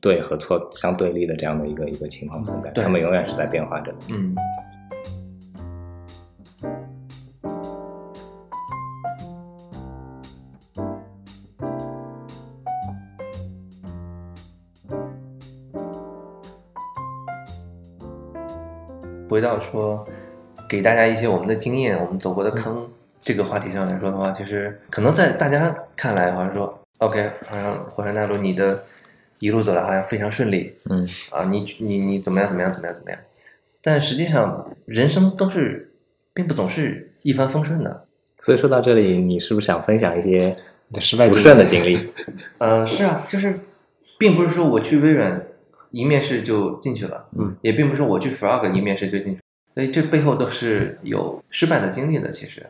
Speaker 3: 对和错相对立的这样的一个一个情况存在，
Speaker 1: 对
Speaker 3: 他们永远是在变化着的。
Speaker 1: 嗯，回到说给大家一些我们的经验，我们走过的坑、这个话题上来说的话，其实可能在大家看来，好像说 OK，好像火山大陆你的一路走来好像非常顺利，
Speaker 3: 嗯
Speaker 1: 啊，你你你怎么样怎么样怎么样怎么样，但实际上人生都是并不总是一帆风顺的。
Speaker 3: 所以说到这里，你是不是想分享一些
Speaker 2: 你的失败
Speaker 3: 不
Speaker 2: 经历
Speaker 3: 顺的经历？
Speaker 1: 呃，是啊，就是并不是说我去微软一面试就进去了，
Speaker 2: 嗯，
Speaker 1: 也并不是说我去 Frog 一面试就进去了，所以这背后都是有失败的经历的。其实，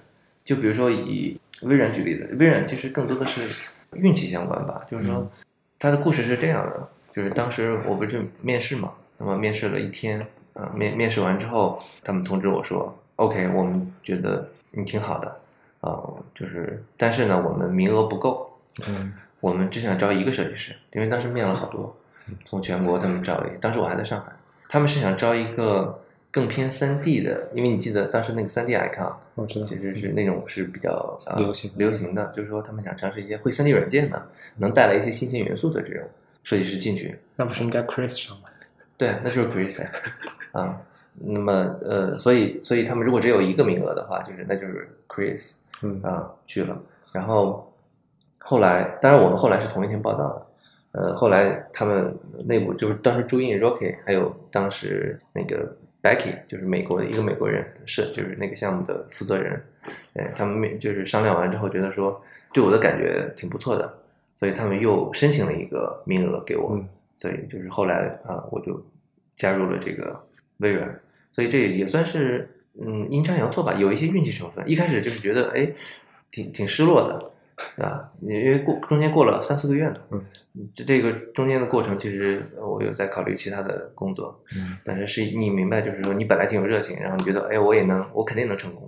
Speaker 1: 就比如说以微软举例子，微软其实更多的是运气相关吧，就是说
Speaker 3: 嗯
Speaker 1: 它的故事是这样的，就是当时我不是去面试嘛，那么面试了一天，啊、面面试完之后，他们通知我说，OK，我们觉得你挺好的，啊、就是但是呢，我们名额不够。
Speaker 3: 嗯
Speaker 1: 我们只想招一个设计师，因为当时面了好多，从全国他们招了一个，当时我还在上海，他们是想招一个更偏三 D 的，因为你记得当时那个三 D icon
Speaker 2: 我知道
Speaker 1: 其，实是那种是比较、呃、
Speaker 2: 流行的
Speaker 1: 流行的，就是说他们想尝试一些会三 D 软件的，能带来一些新鲜元素的这种设计师进去，
Speaker 2: 那不是应该 Chris 上吗？
Speaker 1: 对，那就是 Chris 啊，那么呃，所以所以他们如果只有一个名额的话，就是那就是 Chris，
Speaker 2: 嗯
Speaker 1: 啊去了。然后后来，当然我们后来是同一天报道的。呃，后来他们内部就是当时朱印 Rocky，还有当时那个 Becky，就是美国的一个美国人，是就是那个项目的负责人。呃，他们面就是商量完之后，觉得说对我的感觉挺不错的，所以他们又申请了一个名额给我。
Speaker 2: 嗯
Speaker 1: 所以就是后来啊，我就加入了这个微软，所以这也算是嗯阴差阳错吧，有一些运气成分。一开始就是觉得哎，挺挺失落的啊，因为过中间过了三四个月呢，
Speaker 2: 嗯，
Speaker 1: 这这个中间的过程，其实呃我有在考虑其他的工作，
Speaker 3: 嗯
Speaker 1: 但是是你明白，就是说你本来挺有热情，然后你觉得哎，我也能，我肯定能成功，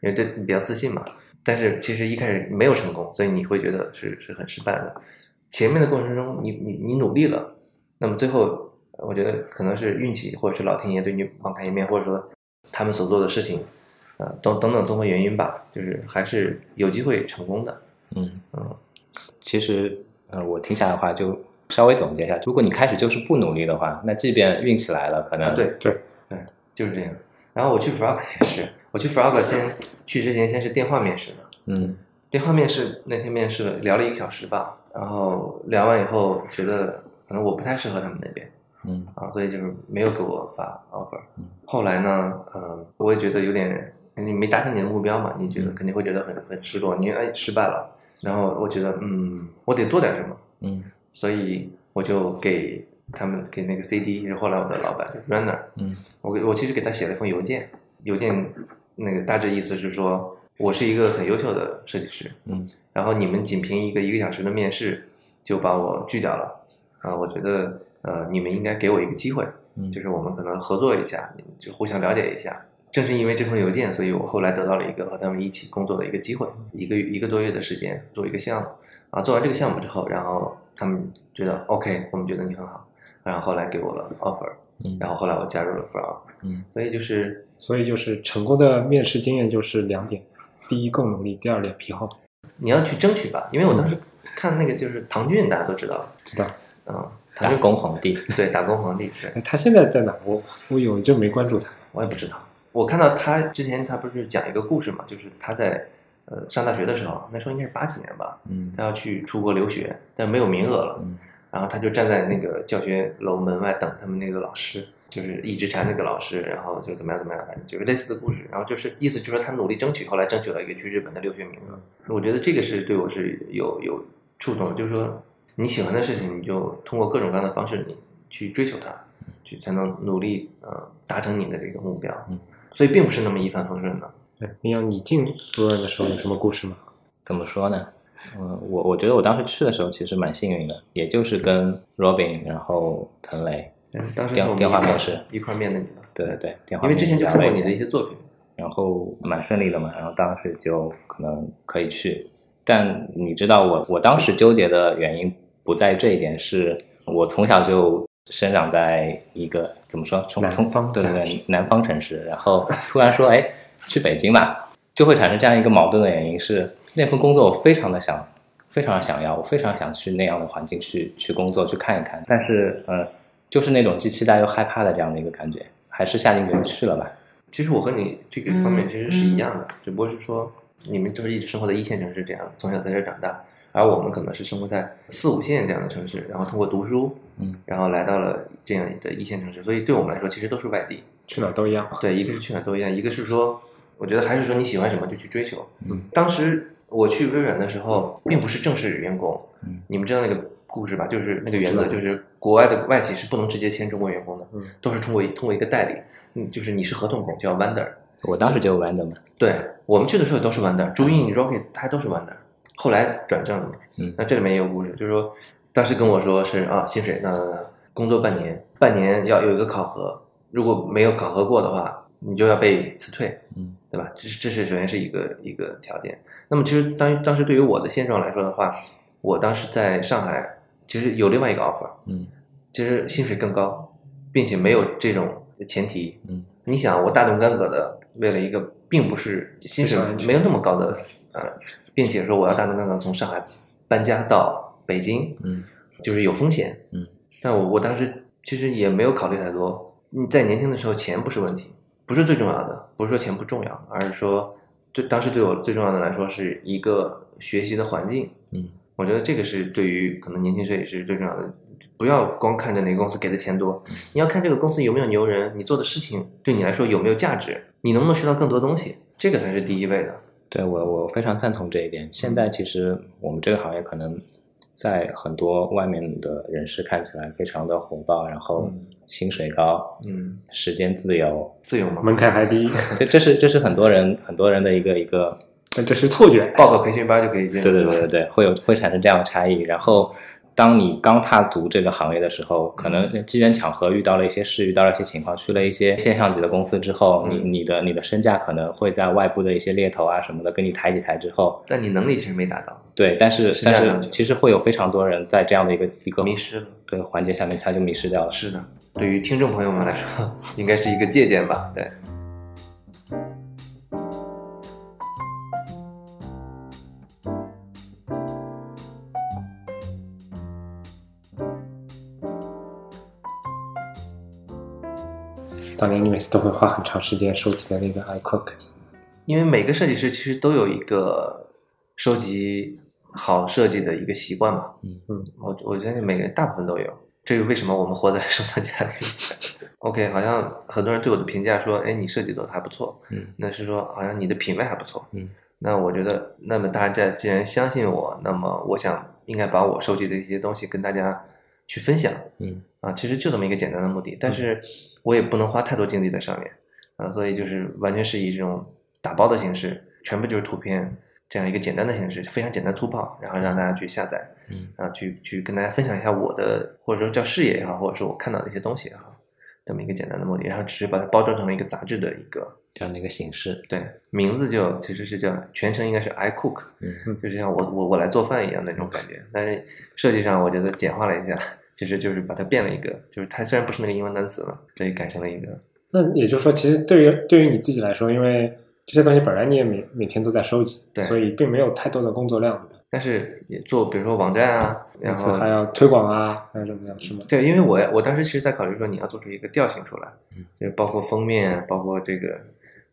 Speaker 1: 因为对比较自信嘛。但是其实一开始没有成功，所以你会觉得是是很失败的。前面的过程中你，你你努力了，那么最后呃我觉得可能是运气，或者是老天爷对你网开一面，或者说他们所做的事情，呃，等等等综合原因吧，就是还是有机会成功的。
Speaker 3: 嗯
Speaker 1: 嗯，
Speaker 3: 其实呃，我听下来的话就稍微总结一下，如果你开始就是不努力的话，那即便运气来了，可能、
Speaker 1: 啊对
Speaker 2: 对
Speaker 1: 对，就是这样。然后我去 Frog 也是，我去 Frog 先去之前先是电话面试的，
Speaker 3: 嗯
Speaker 1: 电话面试那天面试了聊了一个小时吧，然后聊完以后觉得可能我不太适合他们那边
Speaker 3: 嗯
Speaker 1: 啊，所以就是没有给我发 offer
Speaker 3: 嗯。
Speaker 1: 后来呢，呃，我也觉得有点你没达成你的目标嘛，你觉得
Speaker 3: 嗯
Speaker 1: 肯定会觉得很很失落，你哎失败了。然后我觉得嗯，我得做点什么，
Speaker 3: 嗯
Speaker 1: 所以我就给他们给那个 CD，就是后来我的老板 Runner，
Speaker 3: 嗯
Speaker 1: 我给我其实给他写了一封邮件，邮件那个大致意思是说我是一个很优秀的设计师，
Speaker 3: 嗯
Speaker 1: 然后你们仅凭一个一个小时的面试就把我拒掉了，啊、我觉得呃你们应该给我一个机会，
Speaker 3: 嗯，
Speaker 1: 就是我们可能合作一下，就互相了解一下。正是因为这封邮件，所以我后来得到了一个和他们一起工作的一个机会，
Speaker 3: 嗯
Speaker 1: 一个一个多月的时间做一个项目啊。做完这个项目之后，然后他们觉得 OK，我们觉得你很好，然后后来给我了 offer，
Speaker 3: 嗯
Speaker 1: 然后后来我加入了 Frog，
Speaker 3: 嗯
Speaker 1: 所以就是
Speaker 2: 所以就是成功的面试经验就是两点：第一，够努力；第二，脸皮厚。
Speaker 1: 你要去争取吧，因为我当
Speaker 3: 嗯
Speaker 1: 时看那个就是唐骏，大家都知道，
Speaker 2: 知道？
Speaker 1: 嗯，唐
Speaker 3: 打
Speaker 1: 骏
Speaker 3: 工皇帝，
Speaker 1: 对打工皇帝，对
Speaker 2: 哎，他现在在哪？我我有一阵没关注他。
Speaker 1: 我也不知道。我看到他之前，他不是讲一个故事嘛，就是他在呃上大学的时候，那时候应该是八几年吧，
Speaker 3: 嗯
Speaker 1: 他要去出国留学，但没有名额了，
Speaker 3: 嗯
Speaker 1: 然后他就站在那个教学楼门外等他们那个老师，就是一直缠那个老师，然后就怎么样怎么样，反正就是类似的故事。然后就是意思就是说他努力争取，后来争取了一个去日本的留学名额。我觉得这个是对我是有有触动的，就是说你喜欢的事情，你就通过各种各样的方式你去追求它，去才能努力呃达成你的这个目标
Speaker 3: 嗯。
Speaker 1: 所以并不是那么一帆风顺的。
Speaker 2: 对，哎你要你进 Blue 的时候有什么故事吗？
Speaker 3: 怎么说呢？嗯，我我觉得我当时去的时候其实蛮幸运的，也就是跟 Robin，然后滕雷，
Speaker 1: 当时
Speaker 3: 电
Speaker 1: 是我们
Speaker 3: 电话
Speaker 1: 一块
Speaker 3: 模式
Speaker 1: 一块面对你的，
Speaker 3: 对对对，电话
Speaker 1: 因为之前就看过你
Speaker 3: 联系
Speaker 1: 的一些作品，
Speaker 3: 然后蛮顺利的嘛，然后当时就可能可以去，但你知道我我当时纠结的原因不在这一点，是我从小就生长在一个怎么说从
Speaker 2: 南
Speaker 3: 从
Speaker 2: 方
Speaker 3: 对对
Speaker 2: 家庭
Speaker 3: 对南方城市，然后突然说哎去北京吧，就会产生这样一个矛盾的原因是那份工作我非常的想非常想要，我非常想去那样的环境去去工作去看一看，但是呃就是那种既期待又害怕的这样的一个感觉，还是下定决心去了吧。
Speaker 1: 其实我和你这个方面其实是一样的，只不过是说你们都是一直生活在一线城市这样，从小在这儿长大，而我们可能是生活在四五线这样的城市，然后通过读书，
Speaker 3: 嗯，
Speaker 1: 然后来到了这样的一线城市，所以对我们来说其实都是外地。
Speaker 2: 去哪儿都一样。
Speaker 1: 对，一个是去哪儿都一样，一个是说，我觉得还是说你喜欢什么就去追求。
Speaker 3: 嗯，
Speaker 1: 当时我去微软的时候，并不是正式员工。
Speaker 3: 嗯，
Speaker 1: 你们知道那个故事吧？就是那个原
Speaker 2: 知
Speaker 1: 则，
Speaker 2: 道
Speaker 1: 就是国外的外企是不能直接签中国员工的，
Speaker 2: 嗯
Speaker 1: 都是通过通过一个代理，嗯，就是你是合同工，叫 vendor。
Speaker 3: 我当时就 random 了
Speaker 1: 对我们去的时候都是 Wonder，朱印、Rocket 他都是 Wonder，后来转正了嘛。
Speaker 3: 嗯
Speaker 1: 那这里面也有故事，就是说当时跟我说是啊，薪水那工作半年，半年要有一个考核，如果没有考核过的话，你就要被辞退，
Speaker 3: 嗯，
Speaker 1: 对吧？这是这是首先是一个一个条件。那么其实当当时对于我的现状来说的话，我当时在上海其实有另外一个 offer，
Speaker 3: 嗯，
Speaker 1: 其实薪水更高，并且没有这种前提。
Speaker 3: 嗯，
Speaker 1: 你想，我大动干戈的，为了一个并不是薪水
Speaker 2: 非常安全
Speaker 1: 没有那么高的，呃，并且说我要大动干戈从上海搬家到北京，
Speaker 3: 嗯，
Speaker 1: 就是有风险。
Speaker 3: 嗯，
Speaker 1: 但我我当时其实也没有考虑太多。你在年轻的时候，钱不是问题，不是最重要的，不是说钱不重要，而是说，对当时对我最重要的来说是一个学习的环境。
Speaker 3: 嗯，
Speaker 1: 我觉得这个是对于可能年轻设计师最重要的，不要光看着哪个公司给的钱多，
Speaker 3: 嗯
Speaker 1: 你要看这个公司有没有牛人，你做的事情对你来说有没有价值，你能不能学到更多东西，这个才是第一位的。
Speaker 3: 对我我非常赞同这一点。现在其实我们这个行业可能在很多外面的人士看起来非常的火爆，然后
Speaker 1: 嗯
Speaker 3: 薪水高，
Speaker 1: 嗯，
Speaker 3: 时间自由，
Speaker 1: 自由嘛，
Speaker 2: 门槛还低，
Speaker 3: 这这是这是很多人很多人的一个一个
Speaker 2: 但这是错觉。
Speaker 1: 报个培训班就可以进。
Speaker 3: 对对对对对，会有会产生这样的差异。然后，当你刚踏足这个行业的时候，可能机缘巧合遇到了一些事，遇到了一些情况，去了一些线上级的公司之后，你
Speaker 1: 嗯
Speaker 3: 你的你的身价可能会在外部的一些猎头啊什么的跟你抬几抬之后，
Speaker 1: 但你能力其实没达到，
Speaker 3: 对，但是
Speaker 1: 是这
Speaker 3: 但
Speaker 1: 样的
Speaker 3: 是其实会有非常多人在这样的一个一个
Speaker 1: 迷失了。
Speaker 3: 这个环节下面他就迷失掉了。
Speaker 1: 是的，对于听众朋友们来说， 应该是一个借鉴吧。对，
Speaker 2: 当年你每次都会花很长时间收集的那个 iCook，
Speaker 1: 因为每个设计师其实都有一个收集好设计的一个习惯嘛。
Speaker 3: 嗯
Speaker 2: 嗯，
Speaker 1: 我我相信每个人大部分都有，这是为什么我们活在收藏家里。OK，好 像很多人对我的评价说，哎，你设计做的还不错，
Speaker 3: 嗯，
Speaker 1: 那是说好像你的品味还不错，
Speaker 3: 嗯，
Speaker 1: 那我觉得，那么大家既然相信我，那么我想应该把我收集的一些东西跟大家去分享，
Speaker 3: 嗯
Speaker 1: 啊，其实就这么一个简单的目的，但是我也不能花太多精力在上面，啊，所以就是完全是以这种打包的形式，全部就是图片这样一个简单的形式，非常简单粗暴，然后让大家去下载，
Speaker 3: 嗯，
Speaker 1: 啊，去去跟大家分享一下我的或者说叫视野也好，或者说我看到的一些东西也好，这么一个简单的目的，然后只是把它包装成了一个杂志的一个
Speaker 3: 这样的一个形式。
Speaker 1: 对名字就其实是叫全称应该是 I Cook，
Speaker 3: 嗯
Speaker 1: 就是像我我我来做饭一样那种感觉，但是设计上我觉得简化了一下，其实就是把它变了一个，就是它虽然不是那个英文单词了，所以改成了一个
Speaker 2: 那也就是说，其实对于对于你自己来说，因为这些东西本来你也每每天都在收集，
Speaker 1: 对
Speaker 2: 所以并没有太多的工作量，
Speaker 1: 但是也做比如说网站啊，然
Speaker 2: 因此
Speaker 1: 后
Speaker 2: 还要推广啊，还有怎么样，是吗？
Speaker 1: 对，因为我我当时其实在考虑说你要做出一个调性出来，
Speaker 3: 嗯
Speaker 1: 啊就是包括封面，包括这个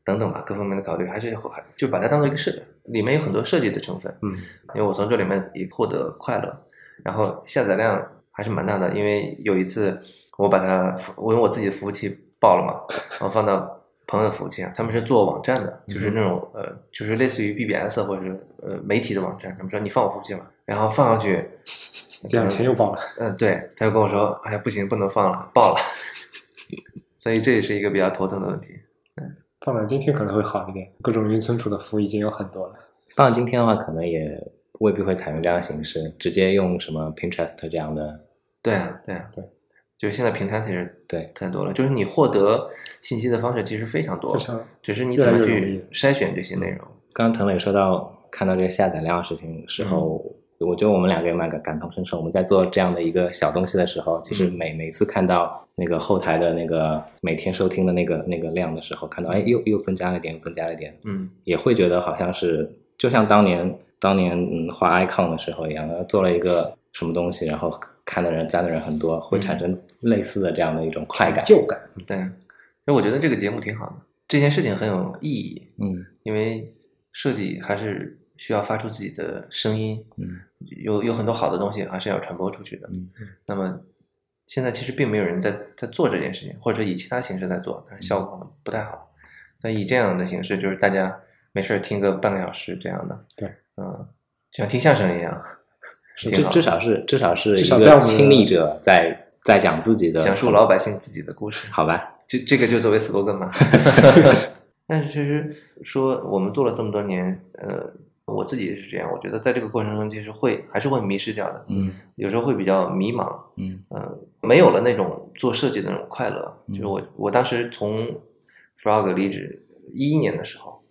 Speaker 1: 等等吧，各方面的考虑，还是就把它当做一个事，里面有很多设计的成分，
Speaker 2: 嗯
Speaker 1: 因为我从这里面也获得快乐，然后下载量还是蛮大的。因为有一次我把它，我用我自己的服务器爆了嘛，然后放到朋友的服务器上，他们是做网站的，就是那种呃，就是类似于 BBS 或者是呃媒体的网站，他们说你放我服务器嘛，然后放上去，
Speaker 2: 第二天又爆了。
Speaker 1: 嗯，对，他就跟我说，哎呀，不行，不能放了，爆了。 所以这也是一个比较头疼的问题。
Speaker 2: 放到今天可能会好一点，各种云存储的服务已经有很多了。
Speaker 3: 放到今天的话，可能也未必会采用这样的形式，直接用什么 Pinterest 这样的，
Speaker 1: 对啊，对啊，
Speaker 2: 对，
Speaker 1: 就是现在平台其实
Speaker 3: 对
Speaker 1: 太多了，就是你获得信息的方式其实非常多
Speaker 2: 就，像
Speaker 1: 只是你
Speaker 2: 越
Speaker 1: 怎
Speaker 2: 来
Speaker 1: 么
Speaker 2: 越容
Speaker 1: 去
Speaker 2: 易
Speaker 1: 筛选这些内容。
Speaker 3: 刚刚腾磊说到看到这个下载量的事情的时候，我觉得我们两个也蛮感感同身受。我们在做这样的一个小东西的时候，其实每、每次看到那个后台的那个每天收听的那个那个量的时候，看到哎又又增加了一点，又增加了一点，
Speaker 1: 嗯
Speaker 3: 也会觉得好像是就像当年当年嗯画 icon 的时候一样，呃做了一个什么东西，然后看的人加的人很多，会产生类似的这样的一种快感。
Speaker 2: 旧感，
Speaker 1: 对啊，因为我觉得这个节目挺好的，这件事情很有意义，
Speaker 3: 嗯
Speaker 1: 因为设计还是需要发出自己的声音，
Speaker 3: 嗯
Speaker 1: 有有很多好的东西还是要传播出去的。
Speaker 3: 嗯
Speaker 1: 那么现在其实并没有人在在做这件事情，或者以其他形式在做，
Speaker 2: 嗯
Speaker 1: 但是效果可能不太好。那以这样的形式，就是大家没事儿听个半个小时这样的，
Speaker 2: 对，
Speaker 1: 嗯，就像听相声一样，
Speaker 3: 至
Speaker 1: 挺好
Speaker 3: 至少是至少是
Speaker 2: 至
Speaker 3: 一
Speaker 2: 少在我
Speaker 3: 个
Speaker 2: 们
Speaker 3: 亲历者在在讲自己的
Speaker 1: 讲述老百姓自己的故事。
Speaker 3: 好吧，
Speaker 1: 这这个就作为 slogan 嘛。 但是其实说我们做了这么多年，呃，我自己也是这样，我觉得在这个过程中其实会还是会迷失掉的，
Speaker 3: 嗯
Speaker 1: 有时候会比较迷茫，
Speaker 3: 嗯
Speaker 1: 呃，没有了那种做设计的那种快乐。
Speaker 3: 嗯
Speaker 1: 就是我我当时从 Frog 离职一一年的时候，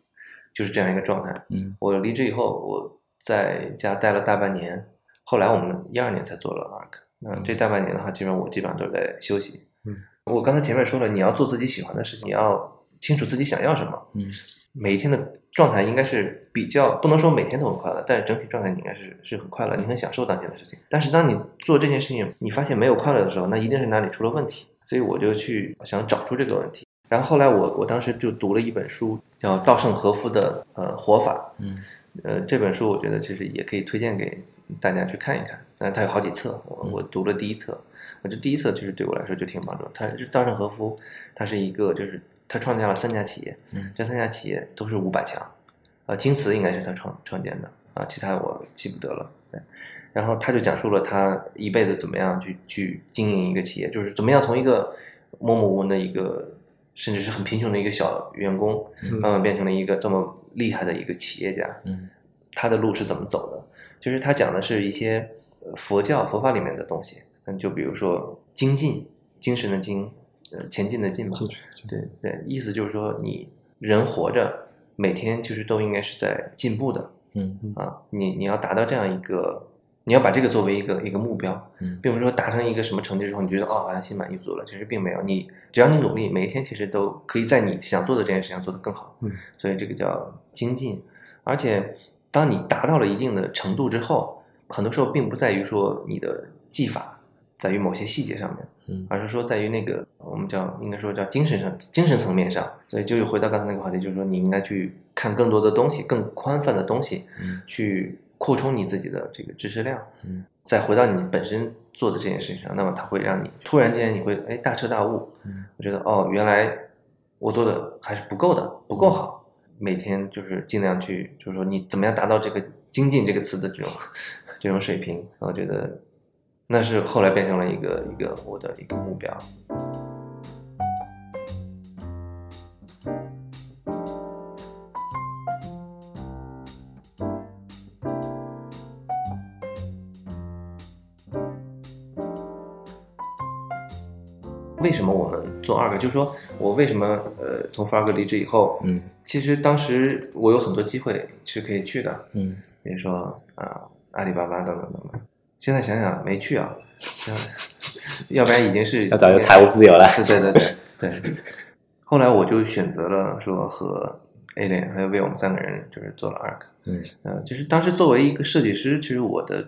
Speaker 1: 就是这样一个状态。
Speaker 3: 嗯
Speaker 1: 我离职以后，我在家待了大半年，后来我们一二年才做了 ARC。那
Speaker 3: 嗯
Speaker 1: 这大半年的话，基本上我基本上都是在休息。
Speaker 2: 嗯，
Speaker 1: 我刚才前面说了，你要做自己喜欢的事情，你要清楚自己想要什么。
Speaker 3: 嗯
Speaker 1: 每一天的状态应该是比较，不能说每天都很快乐，但是整体状态你应该是是很快乐，你很享受当前的事情。但是当你做这件事情，你发现没有快乐的时候，那一定是哪里出了问题。所以我就去想找出这个问题。然后后来我我当时就读了一本书，叫稻盛和夫的呃活法，
Speaker 3: 嗯
Speaker 1: 呃这本书我觉得其实也可以推荐给大家去看一看。那它有好几册，我我读了第一册，我觉得第一册其实对我来说就挺有帮助的。它是稻盛和夫，他是一个就是他创建了三家企业，
Speaker 3: 嗯
Speaker 1: 这三家企业都是五百强，呃，京瓷应该是他创创建的啊，其他我记不得了。对，然后他就讲述了他一辈子怎么样去去经营一个企业，就是怎么样从一个默默无闻的一个，甚至是很贫穷的一个小员工，
Speaker 2: 嗯
Speaker 1: 慢慢变成了一个这么厉害的一个企业家。
Speaker 3: 嗯
Speaker 1: 他的路是怎么走的，就是他讲的是一些呃佛教佛法里面的东西，嗯，就比如说精进，精神的精，呃，前进的进嘛，
Speaker 2: 进去
Speaker 1: 对对，意思就是说你人活着，每天其实都应该是在进步的
Speaker 3: 嗯
Speaker 1: 啊，你你要达到这样一个，你要把这个作为一个一个目标，
Speaker 3: 嗯
Speaker 1: 并不是说达成一个什么成绩之后，你觉得哦好像心满意足了，其实并没有，你只要你努力，每一天其实都可以在你想做的这件事情做得更好，
Speaker 2: 嗯，
Speaker 1: 所以这个叫精进，而且当你达到了一定的程度之后，很多时候并不在于说你的技法。在于某些细节上面，
Speaker 3: 嗯
Speaker 1: 而是说在于那个我们叫应该说叫精神上精神层面上，所以就又回到刚才那个话题，就是说你应该去看更多的东西，更宽泛的东西，
Speaker 3: 嗯
Speaker 1: 去扩充你自己的这个知识量，
Speaker 3: 嗯，
Speaker 1: 再回到你本身做的这件事情上，那么它会让你突然间你会哎大彻大悟，
Speaker 3: 嗯
Speaker 1: 我觉得哦，原来我做的还是不够的，不够好。
Speaker 3: 嗯
Speaker 1: 每天就是尽量去，就是说你怎么样达到这个“精进”这个词的这种 这种水平，我觉得那是后来变成了一个一个我的一个目标。为什么我们做二个？就是说我为什么呃从 Frog 离职以后，
Speaker 3: 嗯
Speaker 1: 其实当时我有很多机会是可以去的，
Speaker 3: 嗯
Speaker 1: 比如说啊、阿里巴巴等等等等。现在想想没去啊， 要不然已经是
Speaker 3: 要早就财务自由了。
Speaker 1: 对对对对 对。后来我就选择了说和 A 脸还有为我们三个人就是做了 ARC。
Speaker 3: 嗯
Speaker 1: 呃，就是当时作为一个设计师，其实我的，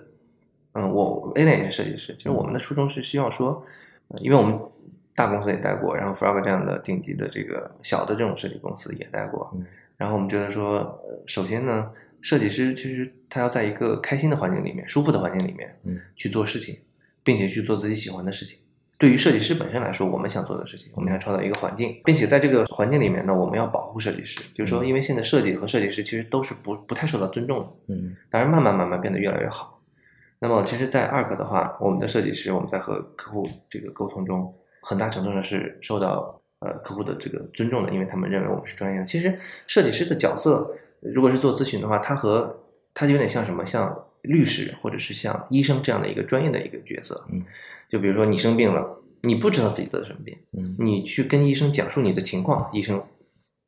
Speaker 1: 嗯，我 A 脸也是设计师，其实我们的初衷是希望说，呃因为我们大公司也待过，然后 Frog 这样的顶级的这个小的这种设计公司也待过，
Speaker 3: 嗯
Speaker 1: 然后我们觉得说，呃首先呢，设计师其实他要在一个开心的环境里面、舒服的环境里面，
Speaker 3: 嗯，
Speaker 1: 去做事情，并且去做自己喜欢的事情。对于设计师本身来说，我们想做的事情，我们要创造一个环境，并且在这个环境里面呢，我们要保护设计师。就是说，
Speaker 3: 嗯
Speaker 1: 因为现在设计和设计师其实都是不不太受到尊重的，
Speaker 3: 嗯
Speaker 1: 当然慢慢慢慢变得越来越好。那么，其实，在二个的话，我们的设计师我们在和客户这个沟通中，很大程度上是受到呃客户的这个尊重的，因为他们认为我们是专业的。其实，设计师的角色，呃如果是做咨询的话，他和他就有点像什么，像律师或者是像医生这样的一个专业的一个角色。
Speaker 3: 嗯，
Speaker 1: 就比如说你生病了，你不知道自己得什么病，
Speaker 3: 嗯
Speaker 1: 你去跟医生讲述你的情况，医生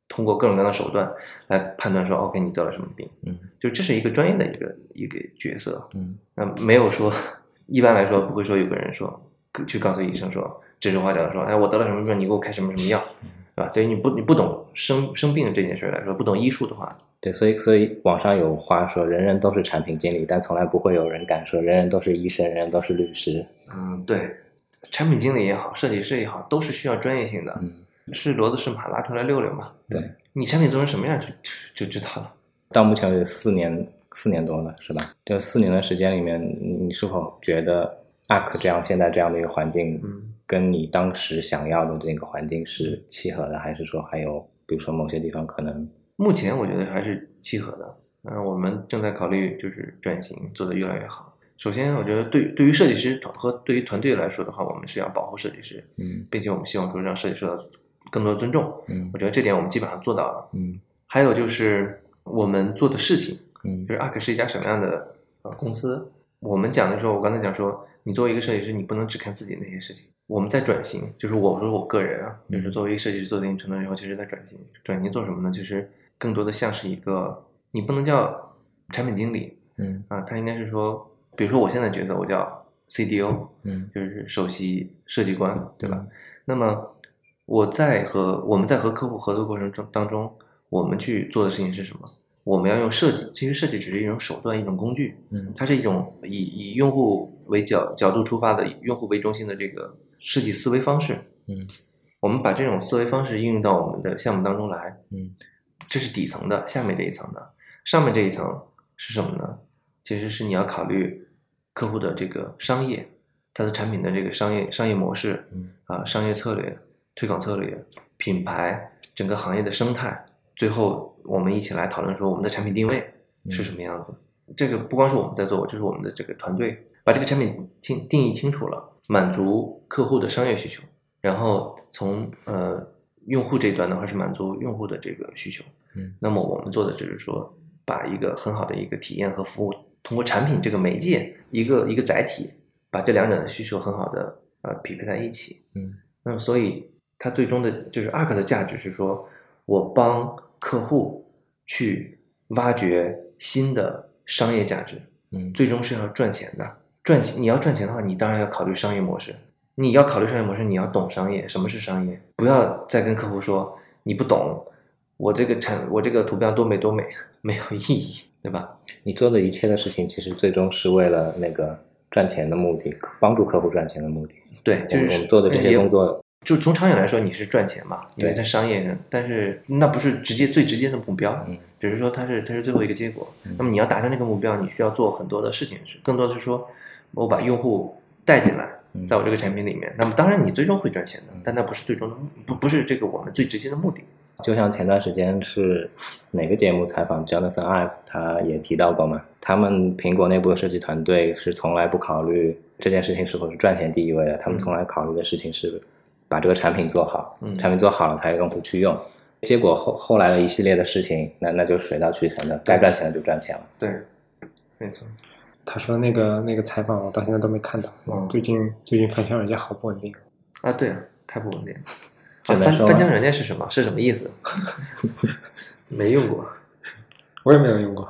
Speaker 1: 通过各种各样的手段来判断说，OK，你得了什么病。
Speaker 3: 嗯
Speaker 1: 就这是一个专业的一个一个角色，
Speaker 3: 嗯
Speaker 1: 那没有说，一般来说不会说有个人说去告诉医生说指手画脚地说，哎，我得了什么病，你给我开什么什么药，
Speaker 3: 嗯
Speaker 1: 是吧？对于你不你不懂生生病这件事儿来说，不懂医术的话，
Speaker 3: 对，所以所以网上有话说，人人都是产品经理，但从来不会有人敢说人人都是医生，人人都是律师。
Speaker 1: 嗯，对，产品经理也好，设计师也好，都是需要专业性的，
Speaker 3: 嗯，
Speaker 1: 是骡子是马拉出来遛遛嘛。
Speaker 3: 对，
Speaker 1: 你产品做成什么样就就就知道了。
Speaker 3: 到目前为止四年四年多了，是吧？这四年的时间里面，你你是否觉得 ARK 这样现在这样的一个环境，
Speaker 1: 嗯，
Speaker 3: 跟你当时想要的这个环境是契合的，还是说还有比如说某些地方可能
Speaker 1: 目前我觉得还是契合的。嗯，我们正在考虑就是转型做得越来越好。首先，我觉得对对于设计师和对于团队来说的话，我们是要保护设计师，
Speaker 3: 嗯
Speaker 1: 并且我们希望说让设计受到更多的尊重。
Speaker 3: 嗯
Speaker 1: 我觉得这点我们基本上做到了。
Speaker 3: 嗯
Speaker 1: 还有就是我们做的事情，
Speaker 3: 嗯
Speaker 1: 就是 ARK 是一家什么样的呃公司？我们讲的时候，我刚才讲说，你作为一个设计师，你不能只看自己那些事情。我们在转型，就是我说我个人啊，就是作为一个设计师做到一定程度以后，其实在转型。转型做什么呢？就是更多的像是一个，你不能叫产品经理
Speaker 3: 嗯
Speaker 1: 啊，他应该是说，比如说我现在角色，我叫 CDO，
Speaker 3: 嗯
Speaker 1: 就是首席设计官，对吧？那么我在和我们在和客户合作过程中当中，我们去做的事情是什么？我们要用设计，其实设计只是一种手段，一种工具，
Speaker 3: 嗯
Speaker 1: 它是一种以以用户为角角度出发的，以用户为中心的这个设计思维方式。
Speaker 3: 嗯，
Speaker 1: 我们把这种思维方式应用到我们的项目当中来。
Speaker 3: 嗯，
Speaker 1: 这是底层的，下面这一层的，上面这一层是什么呢？其实是你要考虑客户的这个商业，它的产品的这个商业商业模式，
Speaker 3: 嗯
Speaker 1: 啊、商业策略、推广策略、品牌、整个行业的生态，最后我们一起来讨论说我们的产品定位
Speaker 3: 嗯
Speaker 1: 是什么样子。这个不光是我们在做，就是我们的这个团队把这个产品定定义清楚了，满足客户的商业需求，然后从呃用户这一端的话是满足用户的这个需求。
Speaker 3: 嗯，
Speaker 1: 那么我们做的就是说，把一个很好的一个体验和服务，通过产品这个媒介，一个一个载体，把这两者的需求很好的呃匹配在一起。
Speaker 3: 嗯，
Speaker 1: 那么所以它最终的就是 ARK 的价值是说，我帮客户去挖掘新的商业价值，
Speaker 3: 嗯
Speaker 1: 最终是要赚钱的。赚钱你要赚钱的话，你当然要考虑商业模式。你要考虑商业模式，你要懂商业，什么是商业？不要再跟客户说你不懂，我这个产我这个图标多美多美，没有意义，对吧？
Speaker 3: 你做的一切的事情，其实最终是为了那个赚钱的目的，帮助客户赚钱的目的。
Speaker 1: 对，就是
Speaker 3: 我们我们做的这些工作，
Speaker 1: 就从长远来说，你是赚钱嘛，因为
Speaker 3: 对
Speaker 1: 它商业上，但是那不是直接最直接的目标，
Speaker 3: 嗯
Speaker 1: 只是说它是它是最后一个结果。
Speaker 3: 嗯
Speaker 1: 那么你要达成这个目标，你需要做很多的事情，是更多的是说我把用户带进来
Speaker 3: 嗯，
Speaker 1: 在我这个产品里面。那么当然你最终会赚钱的
Speaker 3: 嗯，
Speaker 1: 但那不是最终的目不不是这个我们最直接的目的。
Speaker 3: 就像前段时间是哪个节目采访 Jonathan Ive，他也提到过嘛，他们苹果内部的设计团队是从来不考虑这件事情是否是赚钱第一位的，他们
Speaker 1: 嗯
Speaker 3: 从来考虑的事情是把这个产品做好，
Speaker 1: 嗯
Speaker 3: 产品做好了才用户去用。结果后后来的一系列的事情，那那就水到渠成的，该赚钱的就赚钱了。
Speaker 1: 对，没错。
Speaker 2: 他说那个那个采访我到现在都没看到，
Speaker 1: 嗯
Speaker 2: 最近最近反向人家好不稳定。
Speaker 1: 啊，对啊，太不稳定了。
Speaker 3: 只
Speaker 1: 啊、
Speaker 3: 能
Speaker 1: 翻
Speaker 3: 说
Speaker 1: 翻墙软件是什么？是什么意 思？没用过。
Speaker 2: 我也没有用过。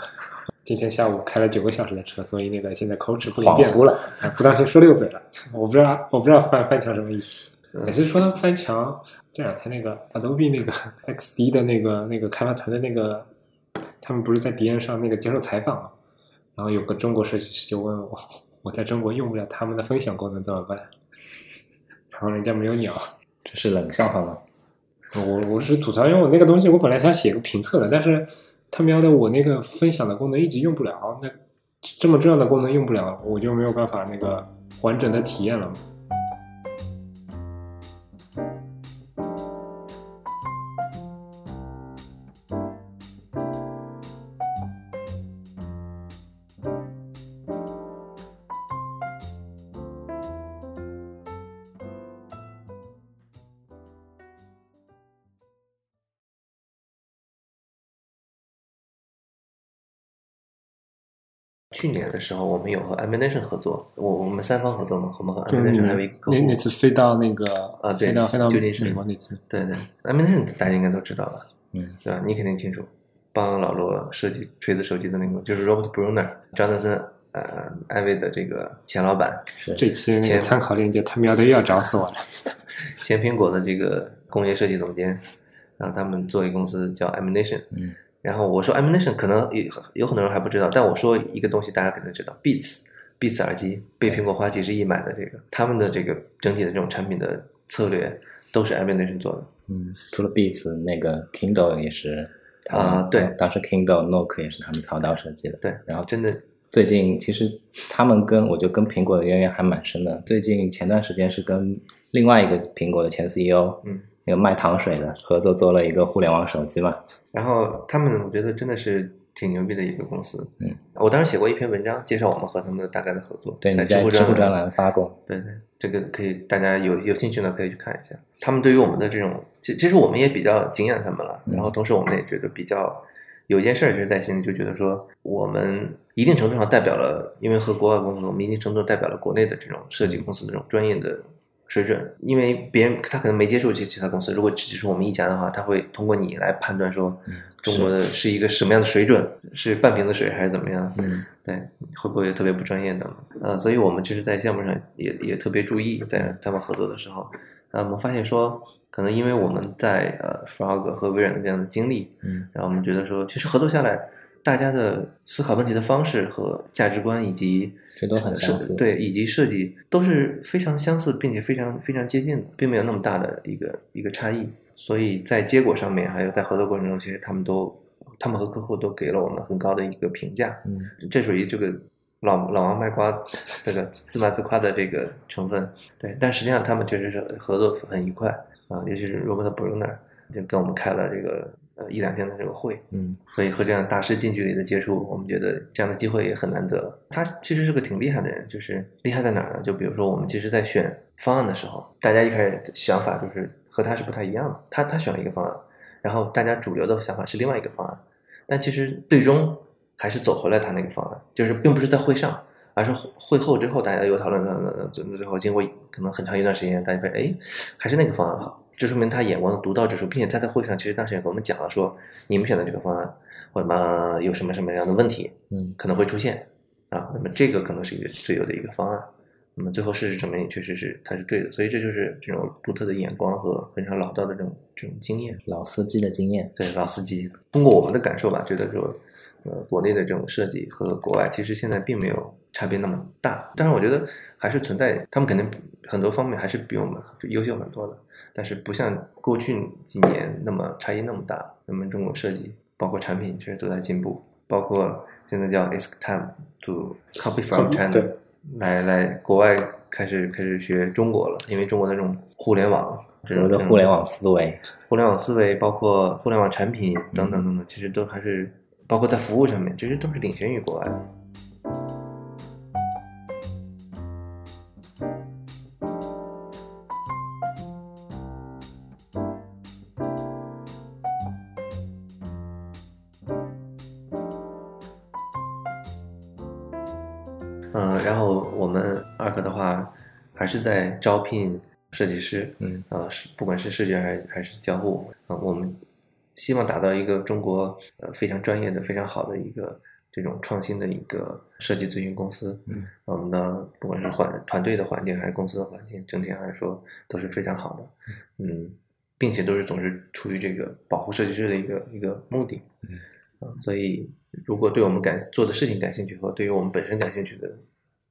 Speaker 2: 今天下午开了九个小时的车，所以那个现在口齿不
Speaker 3: 恍
Speaker 2: 连辩
Speaker 3: 惚了，
Speaker 2: 哎不当心说溜嘴了。我不知道，我不知道翻翻墙什么意思。
Speaker 1: 嗯
Speaker 2: 也是说翻墙这两天那个 Adobe 那个 XD 的那个那个开发团队那个，他们不是在迪恩上那个接受采访嘛？然后有个中国设计师就问我， 我在中国用不了他们的分享功能怎么办？然后人家没有鸟。
Speaker 3: 这是冷笑话吗？
Speaker 2: 我我是吐槽，因为我那个东西我本来想写个评测的，但是他喵的，我那个分享的功能一直用不了，那这么重要的功能用不了，我就没有办法那个完整的体验了嘛。
Speaker 1: 去年的时候，我们有和 a m b i n a t i o n 合作，我我们三方合作嘛，我们和 a m b i
Speaker 2: 就是
Speaker 1: n a t i o
Speaker 2: 你
Speaker 1: n 还有一个客
Speaker 2: 嗯那
Speaker 1: 户
Speaker 2: 那，次飞到那个
Speaker 1: 啊对
Speaker 2: 飞到飞到
Speaker 1: 旧金山
Speaker 2: 美国那次，
Speaker 1: 对对 a m b i n a t i o n 大家应该都知道吧？
Speaker 3: 嗯，
Speaker 1: 对吧？你肯定清楚，帮老罗设计锤子手机的那个，就是 Robert Brunner、Jonathan 呃艾维的这个前老板，
Speaker 3: 是
Speaker 2: 这期那个
Speaker 1: 前
Speaker 2: 参考链接他喵的又要找 死我了。
Speaker 1: 前苹果的这个工业设计总监，然后他们做一个公司叫 a m b i n a t i o n
Speaker 3: 嗯，
Speaker 1: 然后我说 a m b i n a t i o n 可能有有很多人还不知道，但我说一个东西大家肯定知道，Beats Beats 耳机被苹果花几十亿买的这个，他们的这个整体的这种产品的策略都是 a m b i n a t i o n 做的。
Speaker 3: 嗯，除了 Beats，那个 Kindle 也是他们
Speaker 1: 啊对
Speaker 3: 当时 Kindle Nook 也是他们操刀设计的。
Speaker 1: 对，
Speaker 3: 然后
Speaker 1: 真的
Speaker 3: 最近其实他们跟我觉得跟苹果的渊源还蛮深的。最近前段时间是跟另外一个苹果的前 CEO，
Speaker 1: 嗯，
Speaker 3: 那个卖糖水的合作做了一个互联网手机嘛。
Speaker 1: 然后他们我觉得真的是挺牛逼的一个公司。
Speaker 3: 嗯，
Speaker 1: 我当时写过一篇文章介绍我们和他们的大概的合作，
Speaker 3: 对，你
Speaker 1: 知
Speaker 3: 在
Speaker 1: 乎
Speaker 3: 知乎专
Speaker 1: 专
Speaker 3: 栏发过，
Speaker 1: 对对，这个可以，大家有有兴趣呢可以去看一下。他们对于我们的这种，其其实我们也比较敬仰他们了。
Speaker 3: 嗯
Speaker 1: 然后同时我们也觉得比较有一件事儿，就是在心里就觉得说，我们一定程度上代表了，因为和国外公司，我们一定程度上代表了国内的这种设计公司的这种专业的水准。因为别人他可能没接触其其他公司，如果只只是我们一家的话，他会通过你来判断说
Speaker 3: 嗯
Speaker 1: 中国的是一个什么样的水准，是半瓶子水还是怎么样。
Speaker 3: 嗯，
Speaker 1: 对，会不会特别不专业等等？呃，所以我们其实，在项目上也也特别注意，在他们合作的时候，呃，我们发现说，可能因为我们在呃 Frog 和微软的这样的经历，
Speaker 3: 嗯，
Speaker 1: 然后我们觉得说，其实合作下来，大家的思考问题的方式和价值观以及
Speaker 3: 这都很相似。
Speaker 1: 设对，以及设计都是非常相似，并且非常非常接近的，并没有那么大的一个一个差异。所以在结果上面，还有在合作过程中，其实他们都，他们和客户都给了我们很高的一个评价。
Speaker 3: 嗯，
Speaker 1: 这属于这个老老王卖瓜，这个自卖自夸的这个成分。对，但实际上他们确实是合作很愉快啊，尤其是 Robert Brunner 就跟我们开了这个呃一两天的这个会，
Speaker 3: 嗯，
Speaker 1: 所以和这样大师近距离的接触，我们觉得这样的机会也很难得。他其实是个挺厉害的人，就是厉害在哪儿呢？就比如说我们其实在选方案的时候，大家一开始想法就是和他是不太一样的，他他选了一个方案，然后大家主流的想法是另外一个方案，但其实最终还是走回来他那个方案，就是并不是在会上。而是会后之后，大家有讨论，讨论讨论，最最后经过可能很长一段时间，大家发现，哎，还是那个方案好。这说明他眼光独到之处，并且他在会上其实当时也跟我们讲了说，你们选的这个方案或者嘛有什么什么样的问题，
Speaker 3: 嗯，
Speaker 1: 可能会出现啊。那么这个可能是一个最优的一个方案。那么最后事实证明，确实是它是对的。所以这就是这种独特的眼光和非常老道的这种这种经验。
Speaker 3: 老司机的经验。
Speaker 1: 对老司机，通过我们的感受吧，觉得说，呃，国内的这种设计和国外其实现在并没有差别那么大。但是我觉得还是存在，他们肯定很多方面还是比我们优秀很多的，但是不像过去几年那么差异那么大。那么中国设计包括产品确实都在进步，包括现在叫 It's time to copy from
Speaker 2: Copy，
Speaker 1: China，
Speaker 2: 对
Speaker 1: 来来国外开始开始学中国了，因为中国的这种互联网。这
Speaker 3: 所
Speaker 1: 种
Speaker 3: 谓的互联网思维，
Speaker 1: 互联网思维，包括互联网产品等等等等，其实都还是包括在服务上面，其实都是领先于国外的。嗯，然后我们二课的话，还是在招聘设计师，
Speaker 3: 嗯，
Speaker 1: 啊，是不管是视觉还是还是交互啊，我们希望打造一个中国呃非常专业的、非常好的一个这种创新的一个设计咨询公司。
Speaker 3: 嗯，
Speaker 1: 我们的不管是环团队的环境还是公司的环境，整体上来说都是非常好的。嗯，并且都是总是出于这个保护设计师的一个一个目的。
Speaker 3: 嗯，
Speaker 1: 啊，所以如果对我们感做的事情感兴趣和对于我们本身感兴趣的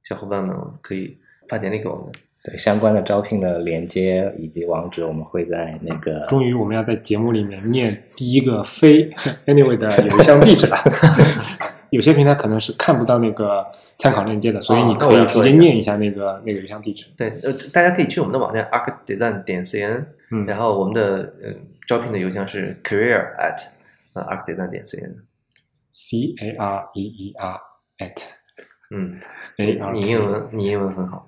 Speaker 1: 小伙伴们，可以发简历给我们。
Speaker 3: 对相关的招聘的链接以及网址，我们会在那个
Speaker 2: 终于我们要在节目里面念第一个非 anyway 的邮箱 地址了。有些平台可能是看不到那个参考链接的，所以
Speaker 1: 哦
Speaker 2: 你
Speaker 1: 那
Speaker 2: 可
Speaker 1: 我要
Speaker 2: 以直
Speaker 1: 说
Speaker 2: 接
Speaker 1: 一下
Speaker 2: 念一下那个那个邮箱地址。
Speaker 1: 对，呃，大家可以去我们的网站 arcdesign 点 cn，
Speaker 2: 嗯，
Speaker 1: 然后我们的呃招聘的邮箱是 career at 呃 arcdesign 点 cn。
Speaker 2: C A R E E R at
Speaker 1: 嗯，
Speaker 2: A R，
Speaker 1: 你英文你英文很好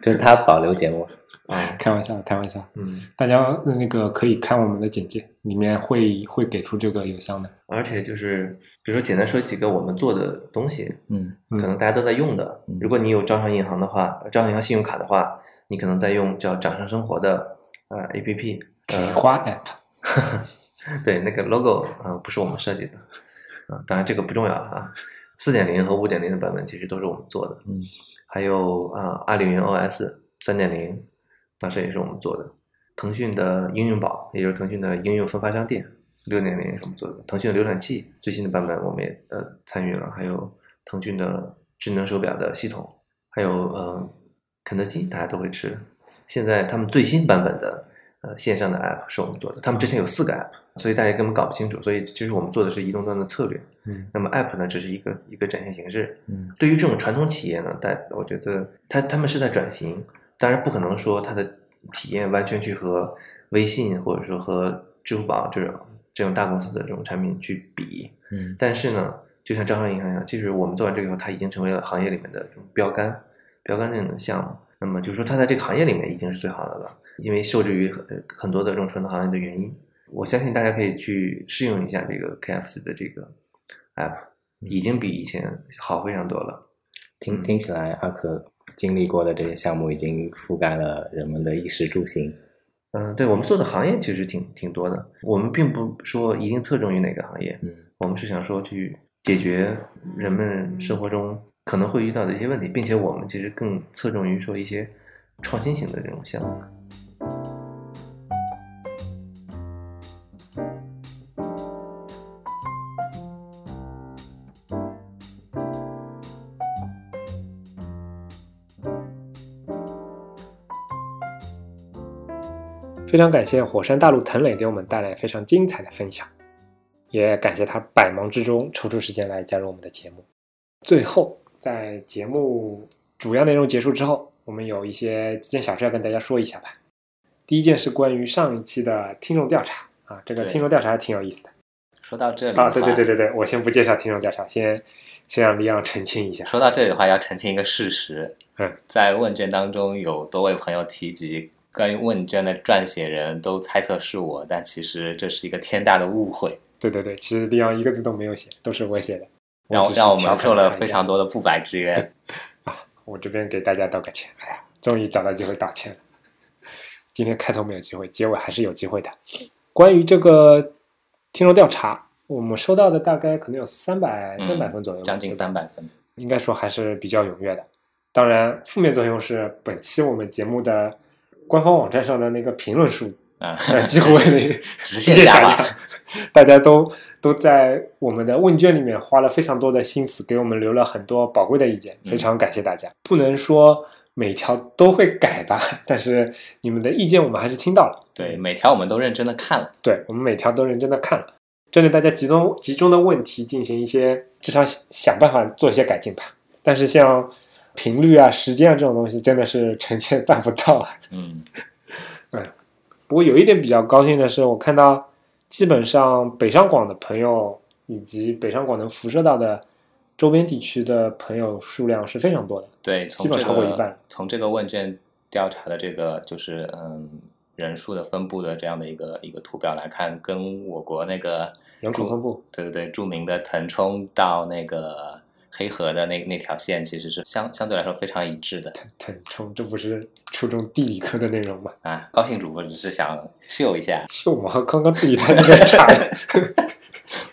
Speaker 3: 就是他保留节目，
Speaker 1: 啊，
Speaker 2: 开玩笑，开玩笑，
Speaker 1: 嗯，
Speaker 2: 大家那个可以看我们的简介，里面会会给出这个邮箱的。
Speaker 1: 而且就是比如说简单说几个我们做的东西，
Speaker 3: 嗯，
Speaker 2: 嗯
Speaker 1: 可能大家都在用的
Speaker 3: 嗯。
Speaker 1: 如果你有招商银行的话，呃招商银行信用卡的话，你可能在用叫掌上生活的呃 APP，
Speaker 2: 菊花 app，
Speaker 1: 对，那个 logo 啊、呃不是我们设计的，啊、当然这个不重要啊。四点零和五点零的版本其实都是我们做的，
Speaker 3: 嗯，
Speaker 1: 还有啊阿里云 OS 三点零，当时也是我们做的。腾讯的应用宝，也就是腾讯的应用分发商店，六点零也是我们做的。腾讯的浏览器最新的版本我们也呃参与了，还有腾讯的智能手表的系统，还有呃肯德基大家都会吃的。现在他们最新版本的呃线上的 app 是我们做的，他们之前有四个 app，所以大家根本搞不清楚。所以其实我们做的是移动端的策略，
Speaker 2: 嗯
Speaker 1: 那么 app 呢只是一个一个展现形式。
Speaker 3: 嗯，
Speaker 1: 对于这种传统企业呢，但我觉得它他们是在转型，当然不可能说它的体验完全去和微信或者说和支付宝这种这种大公司的这种产品去比，
Speaker 3: 嗯
Speaker 1: 但是呢，就像招商银行一样，就是我们做完这个以后，它已经成为了行业里面的这种标杆，标杆这样的项目。那么就是说，它在这个行业里面已经是最好的了，因为受制于很很多的这种传统行业的原因。我相信大家可以去试用一下这个 KFC 的这个 app，已经比以前好非常多了。
Speaker 3: 听
Speaker 1: 嗯
Speaker 3: 听起来阿可经历过的这些项目已经覆盖了人们的衣食住行，
Speaker 1: 嗯，对我们做的行业其实挺挺多的，我们并不说一定侧重于哪个行业，
Speaker 3: 嗯
Speaker 1: 我们是想说去解决人们生活中可能会遇到的一些问题，并且我们其实更侧重于说一些创新型的这种项目。
Speaker 2: 非常感谢火山大陆腾磊给我们带来非常精彩的分享，也感谢他百忙之中抽出时间来加入我们的节目。最后，在节目主要内容结束之后，我们有一些几件小事要跟大家说一下吧。第一件是关于上一期的听众调查啊，这个
Speaker 3: 对
Speaker 2: 听众调查还挺有意思的。
Speaker 3: 说到这里
Speaker 2: 啊，对对对对对，我先不介绍听众调查，先先让李昂澄清一下。
Speaker 3: 说到这里的话，要澄清一个事实，
Speaker 2: 嗯，
Speaker 3: 在问卷当中有多位朋友提及关于问卷的撰写人都猜测是我，但其实这是一个天大的误会，
Speaker 2: 对对对，其实李昂一个字都没有写，都是我写的。
Speaker 3: 让
Speaker 2: 只是
Speaker 3: 让我
Speaker 2: 调
Speaker 3: 们
Speaker 2: 侃
Speaker 3: 受了
Speaker 2: 他一
Speaker 3: 非
Speaker 2: 下
Speaker 3: 常多的不白之 冤。
Speaker 2: 我这边给大家道个歉。哎呀，终于找到机会道歉了。今天开头没有机会，结尾还是有机会的。关于这个听众调查，我们收到的大概可能有三百
Speaker 3: 嗯
Speaker 2: 三百分左右吧，
Speaker 3: 将近
Speaker 2: 对吧
Speaker 3: 三，百分，
Speaker 2: 应该说还是比较踊跃的。当然，负面作用是本期我们节目的官方网站上的那个评论数
Speaker 3: 啊，
Speaker 2: 呃，几乎那
Speaker 3: 直线下滑。
Speaker 2: 大家都都在我们的问卷里面花了非常多的心思，给我们留了很多宝贵的意见，
Speaker 3: 嗯
Speaker 2: 非常感谢大家。不能说每条都会改吧， 但是你们的意见我们还是听到了。
Speaker 3: 对，每条我们都认真的看了，
Speaker 2: 对我们每条都认真的看了，针对大家集中集中的问题进行一些，至少想想办法做一些改进吧。但是像频率啊、时间啊这种东西，真的是臣妾办不到啊。
Speaker 3: 嗯，
Speaker 2: 不过有一点比较高兴的是，我看到基本上北上广的朋友以及北上广能辐射到的周边地区的朋友数量是非常多的。
Speaker 3: 对，从
Speaker 2: 基本
Speaker 3: 这
Speaker 2: 超过
Speaker 3: 个
Speaker 2: 一半
Speaker 3: 从这个问卷调查的这个就是嗯人数的分布的这样的一个一个图表来看，跟我国那个
Speaker 2: 人口
Speaker 3: 著
Speaker 2: 分布，
Speaker 3: 对对对，著名的腾冲到那个黑河的那那条线，其实是相相对来说非常一致的
Speaker 2: 腾冲，这不是初中地理课的内容吗？
Speaker 3: 啊。高兴主播只是想秀一下，
Speaker 2: 是我们和刚刚地理课那个差的。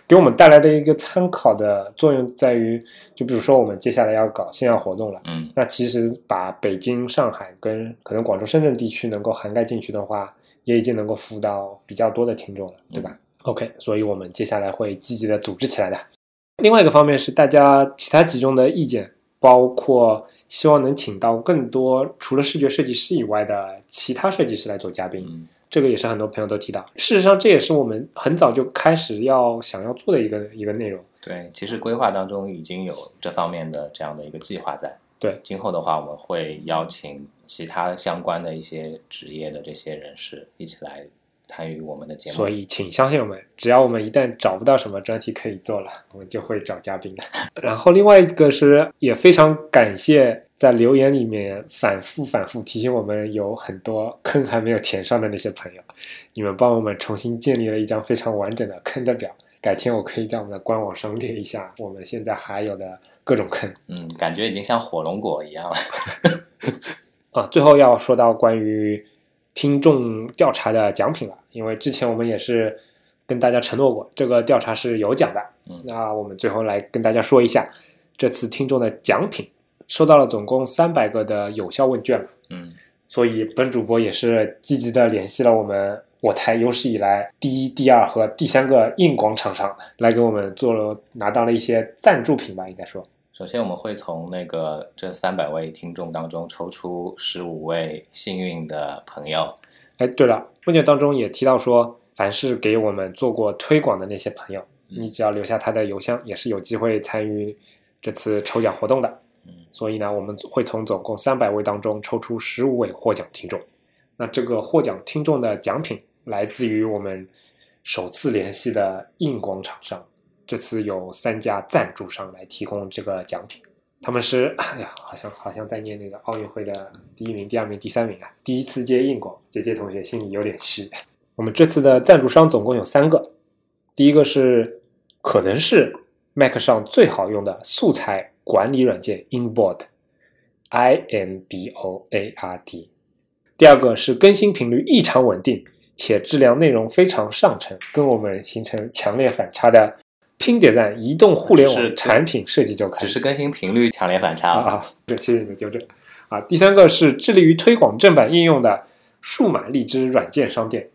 Speaker 2: 给我们带来的一个参考的作用在于，就比如说我们接下来要搞线下活动了，
Speaker 3: 嗯，
Speaker 2: 那其实把北京、上海跟可能广州、深圳地区能够涵盖进去的话，也已经能够服务到比较多的听众了，对吧、o k 所以我们接下来会积极的组织起来的。另外一个方面是大家其他集中的意见，包括希望能请到更多除了视觉设计师以外的其他设计师来做嘉宾。
Speaker 3: 嗯
Speaker 2: 这个也是很多朋友都提到。事实上，这也是我们很早就开始要想要做的一个一个内容。
Speaker 3: 对，其实规划当中已经有这方面的这样的一个计划在。
Speaker 2: 对，
Speaker 3: 今后的话，我们会邀请其他相关的一些职业的这些人士一起来参与我们的节目。
Speaker 2: 所以，请相信我们，只要我们一旦找不到什么专题可以做了，我们就会找嘉宾的。 然后，另外一个是，也非常感谢在留言里面反复反复提醒我们有很多坑还没有填上的那些朋友，你们帮我们重新建立了一张非常完整的坑的表。改天我可以在我们的官网上列一下我们现在还有的各种坑。
Speaker 3: 嗯，感觉已经像火龙果一样了。
Speaker 2: 啊，最后要说到关于听众调查的奖品了，因为之前我们也是跟大家承诺过，这个调查是有奖的。
Speaker 3: 嗯
Speaker 2: 那我们最后来跟大家说一下，这次听众的奖品收到了总共三百个的有效问卷嘛，
Speaker 3: 嗯
Speaker 2: 所以本主播也是积极的联系了我们我台有史以来第一、第二和第三个硬广厂商来给我们做了拿到了一些赞助品吧，应该说。
Speaker 3: 首先，我们会从那个这三百位听众当中抽出十五位幸运的朋友。
Speaker 2: 哎，对了，问卷当中也提到说，凡是给我们做过推广的那些朋友，
Speaker 3: 嗯
Speaker 2: 你只要留下他的邮箱，也是有机会参与这次抽奖活动的。
Speaker 3: 嗯
Speaker 2: 所以呢，我们会从总共三百位当中抽出十五位获奖听众。那这个获奖听众的奖品来自于我们首次联系的硬广厂商，这次有三家赞助商来提供这个奖品。他们是，哎呀，好像好像在念那个奥运会的第一名、第二名、第三名啊。第一次接硬广，杰杰同学心里有点虚。 我们这次的赞助商总共有三个，第一个是可能是 Mac 上最好用的素材管理软件 Inboard，I N B O A R D。第二个是更新频率异常稳定，且质量内容非常上乘，跟我们形成强烈反差的拼点赞移动互联
Speaker 3: 只是
Speaker 2: 网产品设计周刊
Speaker 3: 嗯只。是更新频率强烈反差。
Speaker 2: 啊啊，对，谢谢你的纠正啊。第三个是致力于推广正版应用的数码荔枝软件商店。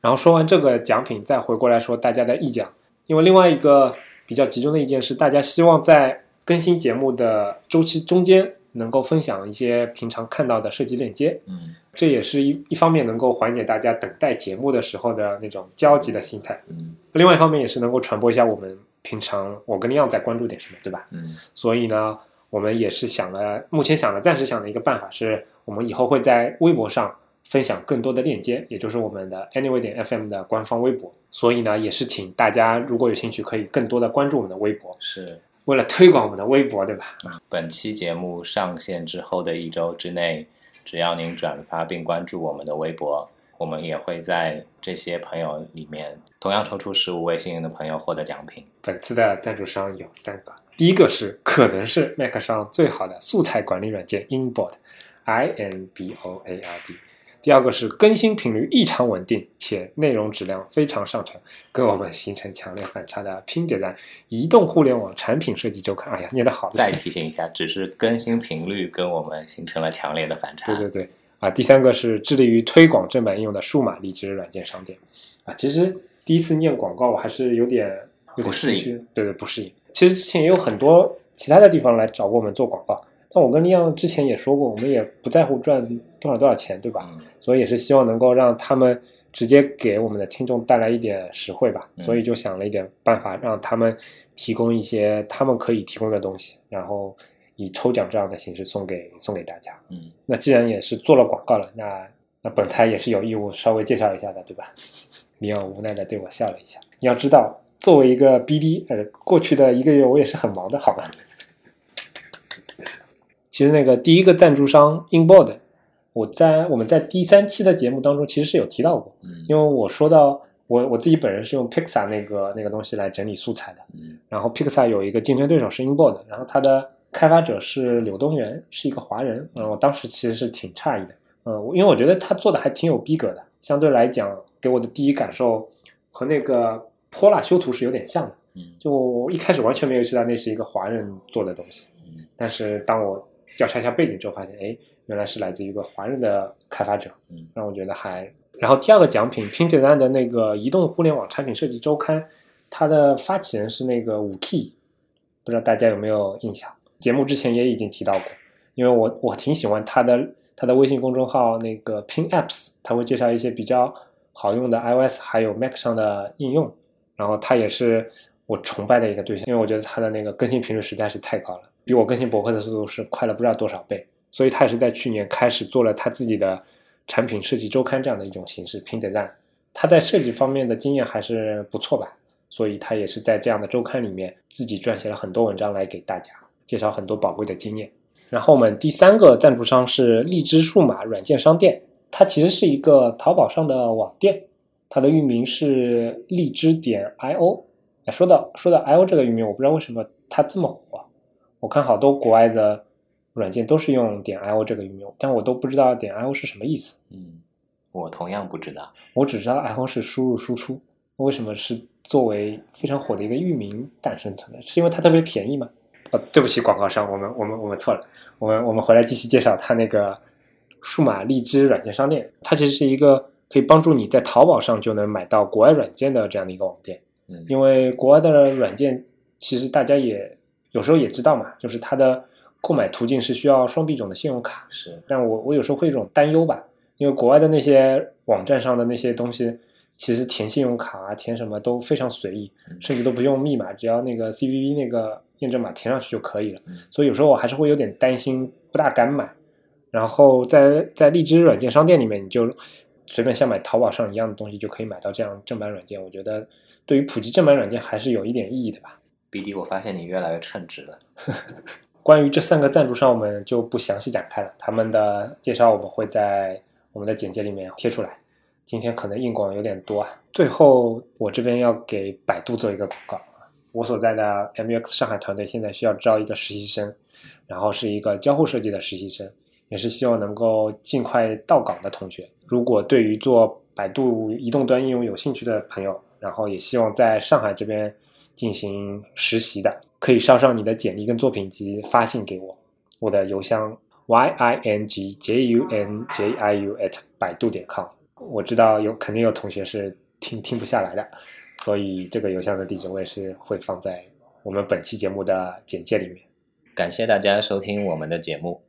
Speaker 2: 然后说完这个奖品，再回过来说大家的意见，因为另外一个比较集中的意见是，大家希望在更新节目的周期中间能够分享一些平常看到的设计链接，
Speaker 3: 嗯
Speaker 2: 这也是一一方面能够缓解大家等待节目的时候的那种焦急的心态，
Speaker 3: 嗯
Speaker 2: 另外一方面也是能够传播一下我们平常我跟亮在关注点什么，对吧？
Speaker 3: 嗯
Speaker 2: 所以呢，我们也是想了，目前想了，暂时想了一个办法是，我们以后会在微博上分享更多的链接，也就是我们的 Anyway 点 FM 的官方微博。所以呢，也是请大家如果有兴趣，可以更多的关注我们的微博，
Speaker 3: 是。
Speaker 2: 为了推广我们的微博，对吧？
Speaker 3: 本期节目上线之后的一周之内，只要您转发并关注我们的微博，我们也会在这些朋友里面同样抽出十五位幸运的朋友获得奖品。
Speaker 2: 本次的赞助商有三个，第一个是可能是 Mac 上最好的素材管理软件 Inboard，I N B O A R D。第二个是更新频率异常稳定，且内容质量非常上乘，跟我们形成强烈反差的拼点赞移动互联网产品设计周刊。哎呀，念得好，
Speaker 3: 再提醒一下，只是更新频率跟我们形成了强烈的反差。
Speaker 2: 对对对，啊，第三个是致力于推广正版应用的数码荔枝软件商店，啊，其实第一次念广告我还是有点有点
Speaker 3: 不适应
Speaker 2: 心虚，对对不适应。其实之前也有很多其他的地方来找过我们做广告，但我跟利昂之前也说过，我们也不在乎赚多少多少钱，对吧？
Speaker 3: 嗯，
Speaker 2: 所以也是希望能够让他们直接给我们的听众带来一点实惠吧，
Speaker 3: 嗯
Speaker 2: 所以就想了一点办法，让他们提供一些他们可以提供的东西，然后以抽奖这样的形式送给送给大家。
Speaker 3: 嗯，
Speaker 2: 那既然也是做了广告了，那那本台也是有义务稍微介绍一下的，对吧？李昂无奈的对我笑了一下。你要知道，作为一个 BD，呃，过去的一个月我也是很忙的，好吗？ 其实那个第一个赞助商 Inboard，我在我们在第三期的节目当中其实是有提到过，
Speaker 3: 嗯
Speaker 2: 因为我说到我我自己本人是用 Pixar 那个那个东西来整理素材的，
Speaker 3: 嗯
Speaker 2: 然后 Pixar 有一个竞争对手是 Inboard，然后它的开发者是柳东元，是一个华人，嗯，我当时其实是挺诧异的，嗯，我因为我觉得他做的还挺有逼格的，相对来讲给我的第一感受和那个 Pola 修图是有点像的，
Speaker 3: 嗯
Speaker 2: 就我一开始完全没有意识到那是一个华人做的东西，
Speaker 3: 嗯
Speaker 2: 但是当我调查一下背景之后，发现哎，原来是来自于一个华人的开发者，
Speaker 3: 嗯
Speaker 2: 让我觉得还。然后第二个奖品 p i n t e r 的那个移动互联网产品设计周刊，它的发起人是那个五 K，不知道大家有没有印象？节目之前也已经提到过，因为我我挺喜欢他的他的微信公众号那个 Pin Apps，他会介绍一些比较好用的 iOS 还有 Mac 上的应用，然后他也是我崇拜的一个对象，因为我觉得他的那个更新频率实在是太高了，比我更新博客的速度是快了不知道多少倍，所以他也是在去年开始做了他自己的产品设计周刊这样的一种形式 Pin Design，他在设计方面的经验还是不错吧。所以他也是在这样的周刊里面自己撰写了很多文章来给大家介绍很多宝贵的经验。然后我们第三个赞助商是荔枝数码软件商店，它其实是一个淘宝上的网店，它的域名是荔枝点 io。哎说到说到 io 这个域名，我不知道为什么它这么火，啊我看好多国外的软件都是用点 io 这个域名，但我都不知道点 io 是什么意思，
Speaker 3: 嗯，我同样不知道。
Speaker 2: 我只知道 io 是输入输出，为什么是作为非常火的一个域名诞生出来？是因为它特别便宜吗？哦，对不起，广告商，我们我们我们错了，我们我们回来继续介绍它那个数码荔枝软件商店，它其实是一个可以帮助你在淘宝上就能买到国外软件的这样的一个网店。
Speaker 3: 嗯，
Speaker 2: 因为国外的软件其实大家也有时候也知道嘛，就是它的购买途径是需要双币种的信用卡，
Speaker 3: 是
Speaker 2: 但我我有时候会有一种担忧吧，因为国外的那些网站上的那些东西，其实填信用卡啊、填什么都非常随意
Speaker 3: 嗯，
Speaker 2: 甚至都不用密码，只要那个 CVV 那个验证码填上去就可以了
Speaker 3: 嗯。
Speaker 2: 所以有时候我还是会有点担心，不大敢买。然后在在荔枝软件商店里面，你就随便像买淘宝上一样的东西，就可以买到这样正版软件。我觉得对于普及正版软件还是有一点意义的吧。
Speaker 3: ，B D，我发现你越来越称职了。
Speaker 2: 关于这三个赞助商，我们就不详细展开了，他们的介绍我们会在我们的简介里面贴出来。今天可能硬广有点多啊。最后，我这边要给百度做一个广告啊。我所在的 MUX 上海团队现在需要招一个实习生，然后是一个交互设计的实习生，也是希望能够尽快到岗的同学。如果对于做百度移动端应用有兴趣的朋友，然后也希望在上海这边进行实习的，可以捎上你的简历跟作品集发信给我，我的邮箱 y i n g j u n j i u at 百度点 com。我知道有肯定有同学是听听不下来的，所以这个邮箱的地址我也是会放在我们本期节目的简介里面。
Speaker 3: 感谢大家收听我们的节目。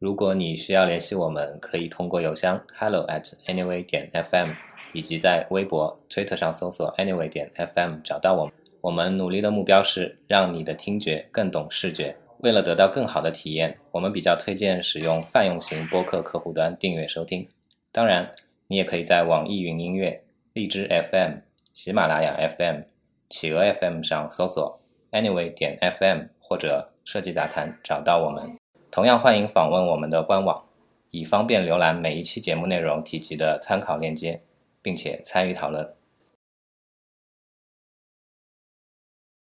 Speaker 3: 如果你需要联系我们，可以通过邮箱 hello at anyway 点 fm，以及在微博、推特上搜索 anyway 点 fm 找到我们。我们努力的目标是让你的听觉更懂视觉。为了得到更好的体验，我们比较推荐使用泛用型播客客户端订阅收听。当然，你也可以在网易云音乐、荔枝 FM、喜马拉雅 FM、企鹅 FM 上搜索 anyway 点 FM 或者设计杂谈找到我们。同样欢迎访问我们的官网，以方便浏览每一期节目内容提及的参考链接，并且参与讨论。